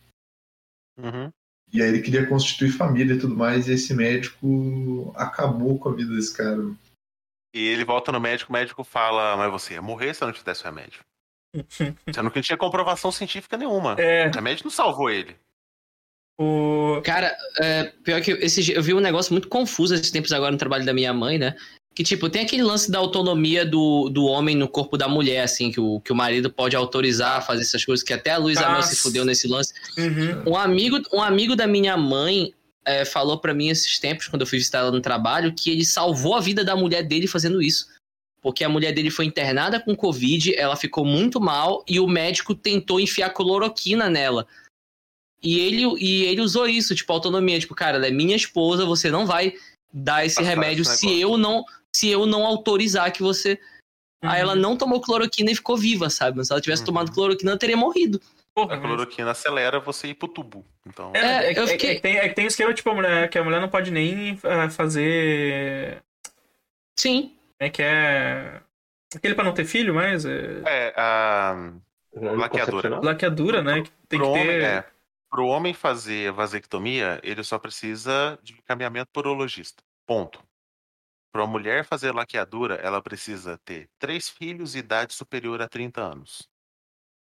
Uhum. E aí ele queria constituir família e tudo mais, e esse médico acabou com a vida desse cara. E ele volta no médico, o médico fala, mas você ia morrer se eu não te desse o remédio. Sendo que não tinha comprovação científica nenhuma. É, O remédio não salvou ele. o. Cara, é, pior que esse, dia- eu vi um negócio muito confuso esses tempos agora no trabalho da minha mãe, né? Que, tipo, tem aquele lance da autonomia do, do homem no corpo da mulher, assim, que o, que o marido pode autorizar a fazer essas coisas, que até a Luísa Mel se Nossa. fudeu nesse lance. Uhum. Um amigo, um amigo da minha mãe é, falou pra mim esses tempos, quando eu fui visitar ela no trabalho, que ele salvou a vida da mulher dele fazendo isso. Porque a mulher dele foi internada com Covid, ela ficou muito mal e o médico tentou enfiar cloroquina nela. E ele, e ele usou isso, tipo, autonomia. Tipo, cara, ela é minha esposa, você não vai dar esse Passar remédio esse se negócio. eu não se eu não autorizar que você. Aí ela não tomou cloroquina e ficou viva, sabe? Mas se ela tivesse Uhum. tomado cloroquina, ela teria morrido. A Porra, mas- cloroquina acelera você ir pro tubo. Então, Uhum. É, É, é, que- eu é que- fiquei- é que tem, é que tem esquema tipo a mulher, que a mulher não pode nem ah, fazer. Sim. Como é que é. Aquele pra não ter filho, mas. É... é, a Não, Laqueadora. concepcional? Laqueadura, né? Que tem pro que homem, ter. é, Para o homem fazer vasectomia, ele só precisa de encaminhamento por urologista. Ponto. Para a mulher fazer laqueadura, ela precisa ter três filhos e idade superior a 30 anos.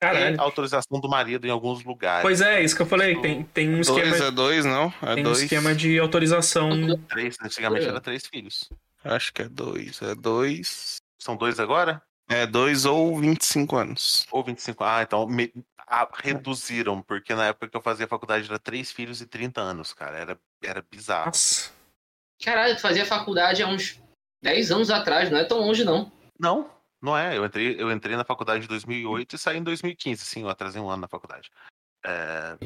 Caralho. E autorização do marido em alguns lugares. Pois é, isso que eu falei. Tem, tem um esquema. Dois é dois, não? É tem dois. um esquema de autorização. Três, antigamente era três filhos. Acho que é dois. É dois. São dois agora? É dois ou 25 anos. Ou 25. Ah, então me- ah, reduziram, porque na época que eu fazia faculdade era três filhos e 30 anos, cara. Era, era bizarro. Nossa. Caralho, tu fazia faculdade há uns 10 anos atrás, não é tão longe, não. Não, não é. Eu entrei, eu entrei na faculdade em 2008 e saí em 2015. Sim, eu atrasei um ano na faculdade. É,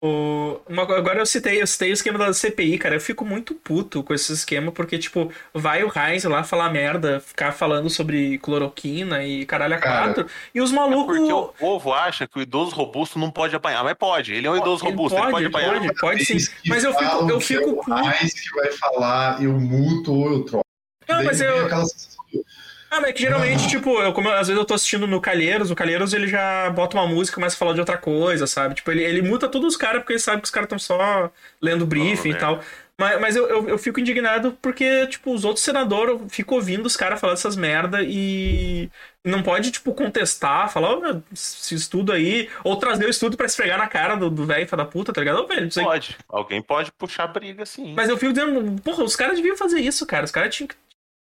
O- uma- agora eu citei, eu citei o esquema da CPI, cara. Eu fico muito puto com esse esquema, porque, tipo, vai o Heinz lá falar merda, ficar falando sobre cloroquina e caralho a Cara. quatro, e os é malucos. porque o povo acha que o idoso robusto não pode apanhar, mas pode. Ele é um idoso Ele robusto, ele pode pode, apanhar. pode, pode sim. Eles que Mas eu falam fico, eu que fico é o puto. Heinz que vai falar, eu muto ou eu troco. Não, Daí mas vem eu- aquela sensação de, Ah, mas é que geralmente, Ah. tipo, eu, como eu- às vezes eu tô assistindo no Calheiros, o Calheiros ele já bota uma música e começa a falar de outra coisa, sabe? Tipo, ele, ele muta todos os caras porque ele sabe que os caras estão só lendo briefing Falando e tal. Mas, mas eu, eu, eu fico indignado porque, tipo, os outros senadores, eu fico ouvindo os caras falar essas merda e não pode, tipo, contestar, falar "Ó, esse estudo aí, ou trazer o estudo pra esfregar na cara do do velho filho da puta, tá ligado? Ô, velho, isso aí Pode. Alguém pode puxar briga, sim. mas eu fico dizendo, porra, os caras deviam fazer isso, cara. Os caras tinham que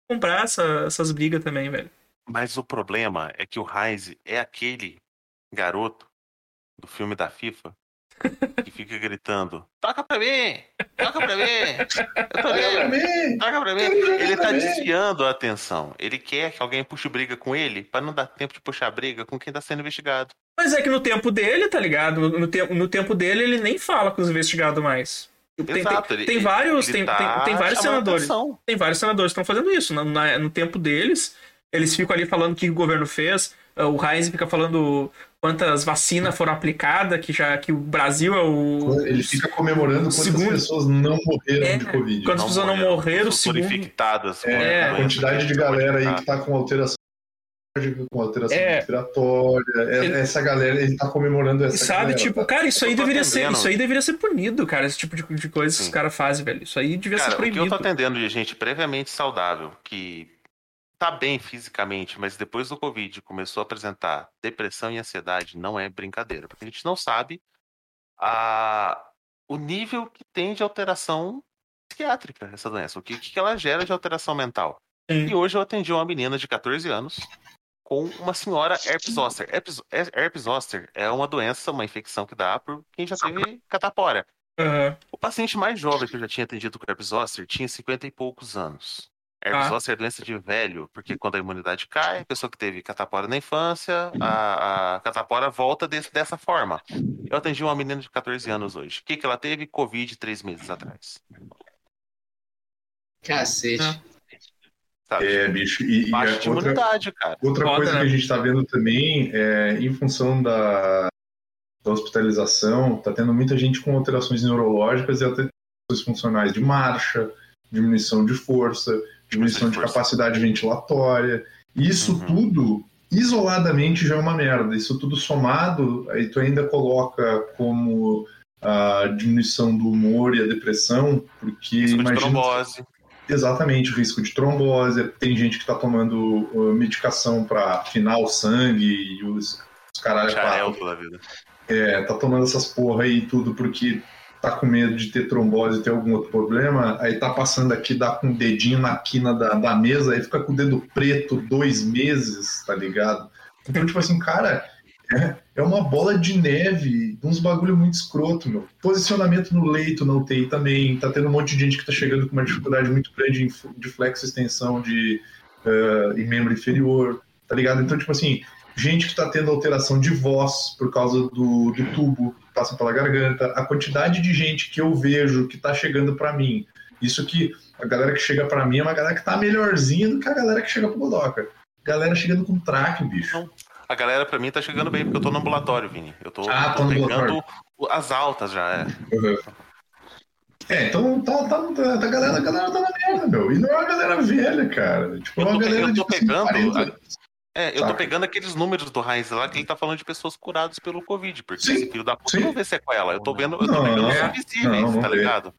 comprar essa- essas brigas também, velho. Mas o problema é que o Heinz é aquele garoto do filme da FIFA que fica gritando: toca pra mim! Toca pra mim! Eu tô "Pra vendo! mim, Toca pra mim! É. Ele tá desviando a atenção. Ele quer que alguém puxe briga com ele pra não dar tempo de puxar briga com quem tá sendo investigado. Mas é que no tempo dele, tá ligado? No, no te- no tempo dele, ele nem fala com os investigados mais. Tipo, Tem, Exato, tem- ele- tem vários, ele tem, tá tem- tem vários chamando senadores. atenção. Tem vários senadores que estão fazendo isso. Na- na- no tempo deles, eles ficam ali falando o que o governo fez. ah, O Heinz fica falando quantas vacinas foram aplicadas, que já que o Brasil é o. Ele fica comemorando quantas Segundo- pessoas não morreram É, de Covid. quantas pessoas não morreram, pessoas foram segundo. infectadas. com É. a A doença. quantidade de galera aí que tá com alteração cardíaca, com alteração É. respiratória, é- Ele- essa galera, ele tá comemorando essa Sabe, galera, tipo, tá? cara, isso Eu aí tô deveria ser, entendendo. isso aí deveria ser punido, cara, esse tipo de, de coisa que os Sim. caras fazem, velho. Isso aí devia Cara, ser o que eu proibido. tô atendendo de gente previamente saudável, que tá bem fisicamente, mas depois do Covid começou a apresentar depressão e ansiedade, não é brincadeira. Porque a gente não sabe a... o nível que tem de alteração psiquiátrica essa doença. O que, o que ela gera de alteração mental. Sim. E hoje eu atendi uma menina de 14 anos com uma senhora herpes zoster. Herpes, herpes zoster é uma doença, uma infecção que dá por quem já teve catapora. Aham. O paciente mais jovem que eu já tinha atendido com herpes zoster tinha 50 e poucos anos. Herpes Tá. zoster é doença de velho, porque quando a imunidade cai, a pessoa que teve catapora na infância, a, a catapora volta desse- dessa forma. Eu atendi uma menina de 14 anos hoje. O que, que ela teve? Covid três meses atrás. Cacete. Sabe? É, bicho, e, e a Baixa de outra, imunidade, cara. Outra Foda, coisa né? que a gente está vendo também é em função da, da hospitalização, está tendo muita gente com alterações neurológicas e alterações funcionais de marcha, diminuição de força, diminuição de força. capacidade ventilatória. Isso Uhum. tudo isoladamente já é uma merda. Isso tudo somado, aí tu ainda coloca como a diminuição do humor e a depressão, porque Risco de imagina trombose. Exatamente, risco de trombose. Tem gente que está tomando uh, medicação para afinar o sangue e os, os caralho. Xarel Tá, toda vida. é, tá tomando essas porra aí e tudo porque tá com medo de ter trombose e ter algum outro problema. Aí tá passando aqui, dá com o dedinho na quina da, da mesa, aí fica com o dedo preto dois meses, tá ligado? Então, tipo assim, cara. É, é uma bola de neve, uns bagulho muito escroto, meu. Posicionamento no leito na UTI também. Tá tendo um monte de gente que tá chegando com uma dificuldade muito grande em fu- de flexo extensão de, eh, em membro inferior, tá ligado? Então, tipo assim, gente que tá tendo alteração de voz por causa do, do tubo que passa pela garganta. A quantidade de gente que eu vejo que tá chegando pra mim. Isso que a galera que chega pra mim é uma galera que tá melhorzinha do que a galera que chega pro Godoca. Galera chegando com traque, bicho. A galera pra mim tá chegando bem, porque eu tô no ambulatório, Vini. Eu tô, Ah, eu tá tô no pegando as altas já. é. É, então tá, tá, tá, tá- a, galera, a galera tá na merda, meu. E não é uma galera velha, cara. Tipo, é Eu uma tô pe- galera eu tô tipo, assim, pegando 40 a- anos. É, eu tô pegando aqueles números do Heinz lá que ele tá falando de pessoas curadas pelo Covid, porque esse filho da puta não vê sequela. é Eu tô vendo, eu tô Não, pegando os não, invisíveis, não, não tá vê. ligado?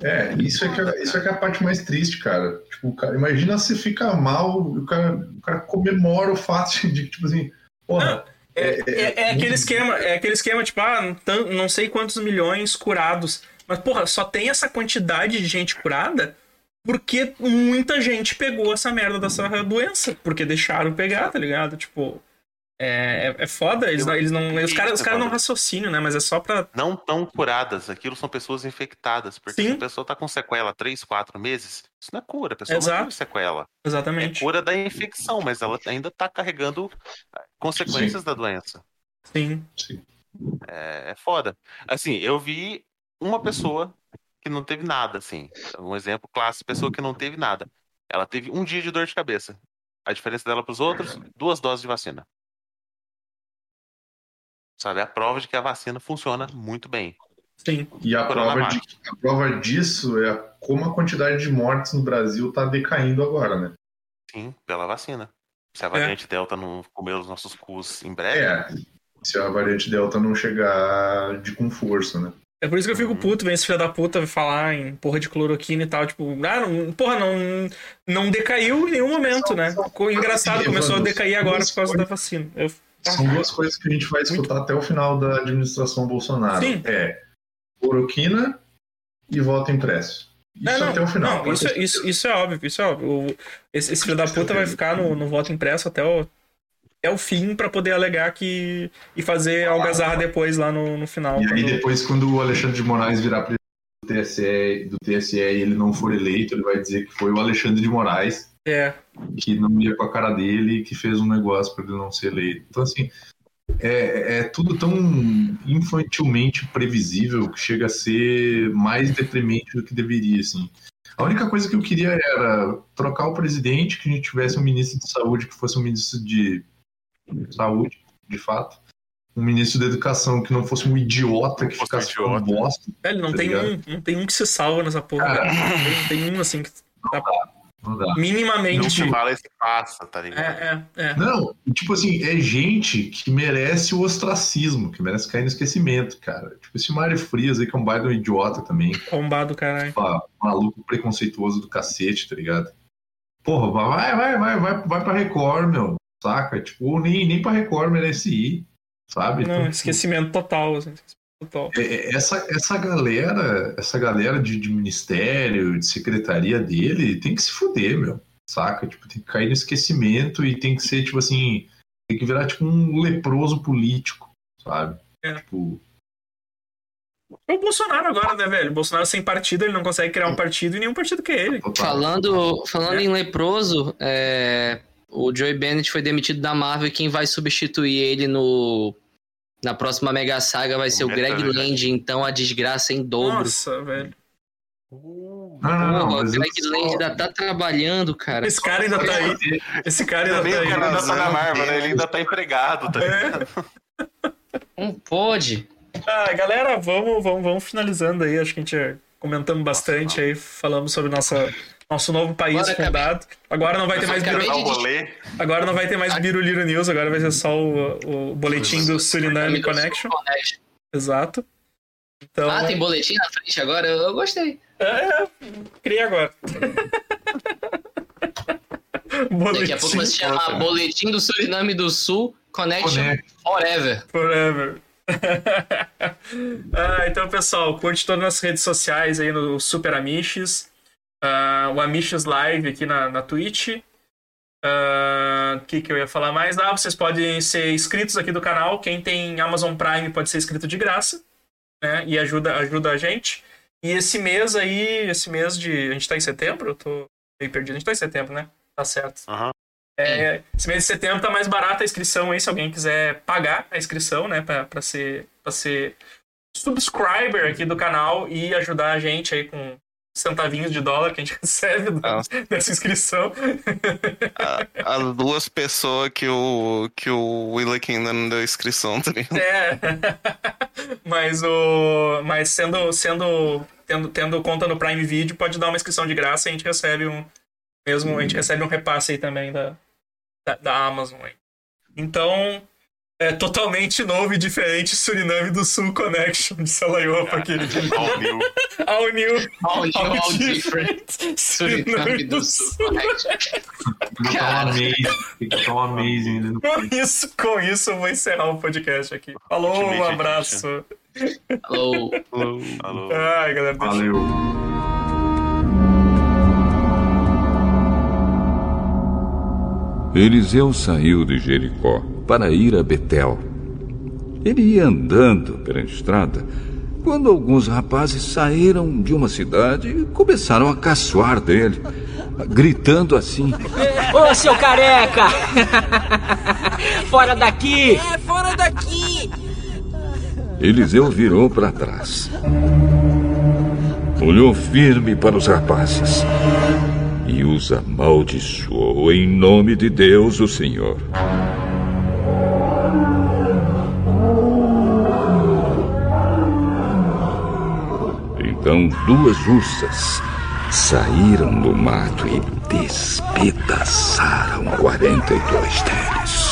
É, isso é, que é, isso é que é a parte mais triste, cara. Tipo, o cara, imagina se fica mal, o cara, o cara comemora o fato de que, tipo assim, porra. É, é- é aquele esquema, é aquele esquema, tipo, ah, não tan- não sei quantos milhões curados. Mas, porra, só tem essa quantidade de gente curada porque muita gente pegou essa merda dessa doença. Porque deixaram pegar, tá ligado? Tipo. É, é, é foda, eles, não- eles não. Os caras os caras não raciocinam, né? Mas é só pra. Não tão curadas. Aquilo são pessoas infectadas. Porque Sim. se a pessoa tá com sequela 3, 4 meses, isso não é cura. A pessoa Exato. não teve sequela. Exatamente. É cura da infecção, mas ela ainda tá carregando ah, consequências da doença. Sim. É, é foda. Assim, eu vi uma pessoa que não teve nada, assim. Um exemplo clássico, pessoa que não teve nada. Ela teve um dia de dor de cabeça. A diferença dela para os outros, duas doses de vacina. Sabe, é a prova de que a vacina funciona muito bem. Sim. E a prova, Coronavac. de, a prova disso é como a quantidade de mortes no Brasil tá decaindo agora, né? Sim, pela vacina. Se a variante Delta não comer os nossos cus em breve, É. Se a variante Delta não chegar de com força, né? É por isso que eu fico puto, vem esse filho da puta falar em porra de cloroquina e tal, tipo, ah, não, porra, não, não decaiu em nenhum momento, né? Ficou engraçado, começou a decair agora por causa da vacina. Eu- São duas coisas que a gente vai escutar até o final da administração Bolsonaro. Sim. É cloroquina e voto impresso. Isso não, até o final. não, isso, isso, isso é óbvio, isso é óbvio. O- esse, esse filho da puta vai ficar no, no voto impresso até o, até o fim pra poder alegar que. e fazer Tá algazarra depois lá no, no final. E aí quando- depois, quando o Alexandre de Moraes virar presidente do TSE, do TSE e ele não for eleito, ele vai dizer que foi o Alexandre de Moraes É. que não ia com a cara dele e que fez um negócio para ele não ser eleito. Então, assim, é, é tudo tão infantilmente previsível que chega a ser mais deprimente do que deveria, assim. A única coisa que eu queria era trocar o presidente, que a gente tivesse um ministro de saúde que fosse um ministro de saúde, de fato. Um ministro da educação que não fosse um idiota que ficasse com bosta. É, Ele não, tá tem ligado? um, não tem um que se salva nessa porra. Cara. Não tem- não tem um assim que. dá- Não dá. Minimamente. não fala esse passa, tá ligado? É, é, é. Não, tipo assim, é gente que merece o ostracismo, que merece cair no esquecimento, cara. Tipo esse Mário Frias aí, que é um baita um idiota também. Combado, caralho. Pá, maluco preconceituoso do cacete, tá ligado? Porra, vai, vai, vai, vai, vai pra Record, meu. Saca? Tipo, ou nem, nem pra Record merece ir, sabe? Não, Então, esquecimento total, assim, esquecimento total. é- é- Essa, essa galera, essa galera de, de ministério, de secretaria dele, tem que se fuder, meu. Saca? Tipo, tem que cair no esquecimento e tem que ser, tipo assim, tem que virar tipo um leproso político, sabe? Tipo, É o Bolsonaro agora, né, velho? O Bolsonaro sem partido, ele não consegue criar um partido e nenhum partido que é ele. Falando, falando em leproso, é, o Joey Bennett foi demitido da Marvel e quem vai substituir ele no na próxima Mega Saga vai ser o Greg verdade. Land, então a desgraça é em dobro. Nossa, velho. Porra, o Greg Land ainda tá trabalhando, cara. Esse cara ainda tá aí. Esse cara ainda Também tá o aí. É. cara ainda tá na Marvel, né? Ele ainda tá empregado, tá ligado? Não pode. Ah, galera, vamos, vamos, vamos finalizando aí. Acho que a gente comentamos bastante aí, falamos sobre nossa, nosso novo país Bora, fundado. Agora não vai ter Eu mais acabei um biru- de- Rolê. Agora não vai ter mais Biruliro News, agora vai ser só o, o boletim do Suriname Connection. Exato. Então, Ah, tem boletim na frente agora? Eu, eu gostei. É, criei agora. Daqui a pouco vai se chamar Boletim do Suriname do Sul Connection Connection. Forever. Forever. Ah, então, pessoal, curte todas as redes sociais aí no Super Amiches. ah, o Amiches Live aqui na, na Twitch. Ah, O que, que eu ia falar mais? Ah, vocês podem ser inscritos aqui do canal. Quem tem Amazon Prime pode ser inscrito de graça. Né? E ajuda, ajuda a gente. E esse mês aí, esse mês de. A gente tá em setembro? Eu tô meio perdido. A gente tá em setembro, né? Tá certo. É, esse mês de setembro tá mais barata a inscrição aí, se alguém quiser pagar a inscrição, né, pra, pra, ser, pra ser subscriber aqui do canal e ajudar a gente aí com centavinhos de dólar que a gente recebe da- dessa inscrição. As duas pessoas que o, que o Willick ainda não deu inscrição, tá ligado? É. Mas o. Mas sendo. sendo tendo, tendo conta no Prime Video, Uhum. pode dar uma inscrição de graça e a gente recebe um. Mesmo, a gente recebe um repasse aí também da, da, da Amazon. aí. Então, é totalmente novo e diferente Suriname do Sul Connection de Salaiopa, querido. All new. All new. Ah. All new, all different. Suriname do Sul Connection. Botar um amazing. Tem que botar um amazing né? ali no Com isso, com isso, eu vou encerrar o podcast aqui. Falou, um Ultimate abraço. Alô. Alô. Ai, galera, deixa- Valeu. Eliseu saiu de Jericó para ir a Betel. Ele ia andando pela estrada quando alguns rapazes saíram de uma cidade e começaram a caçoar dele, gritando assim: Ô, seu careca! Fora daqui! É, fora daqui! Eliseu virou para trás. Olhou firme para os rapazes e os amaldiçoou em nome de Deus, o Senhor. Então duas ursas saíram do mato e despedaçaram 42 deles.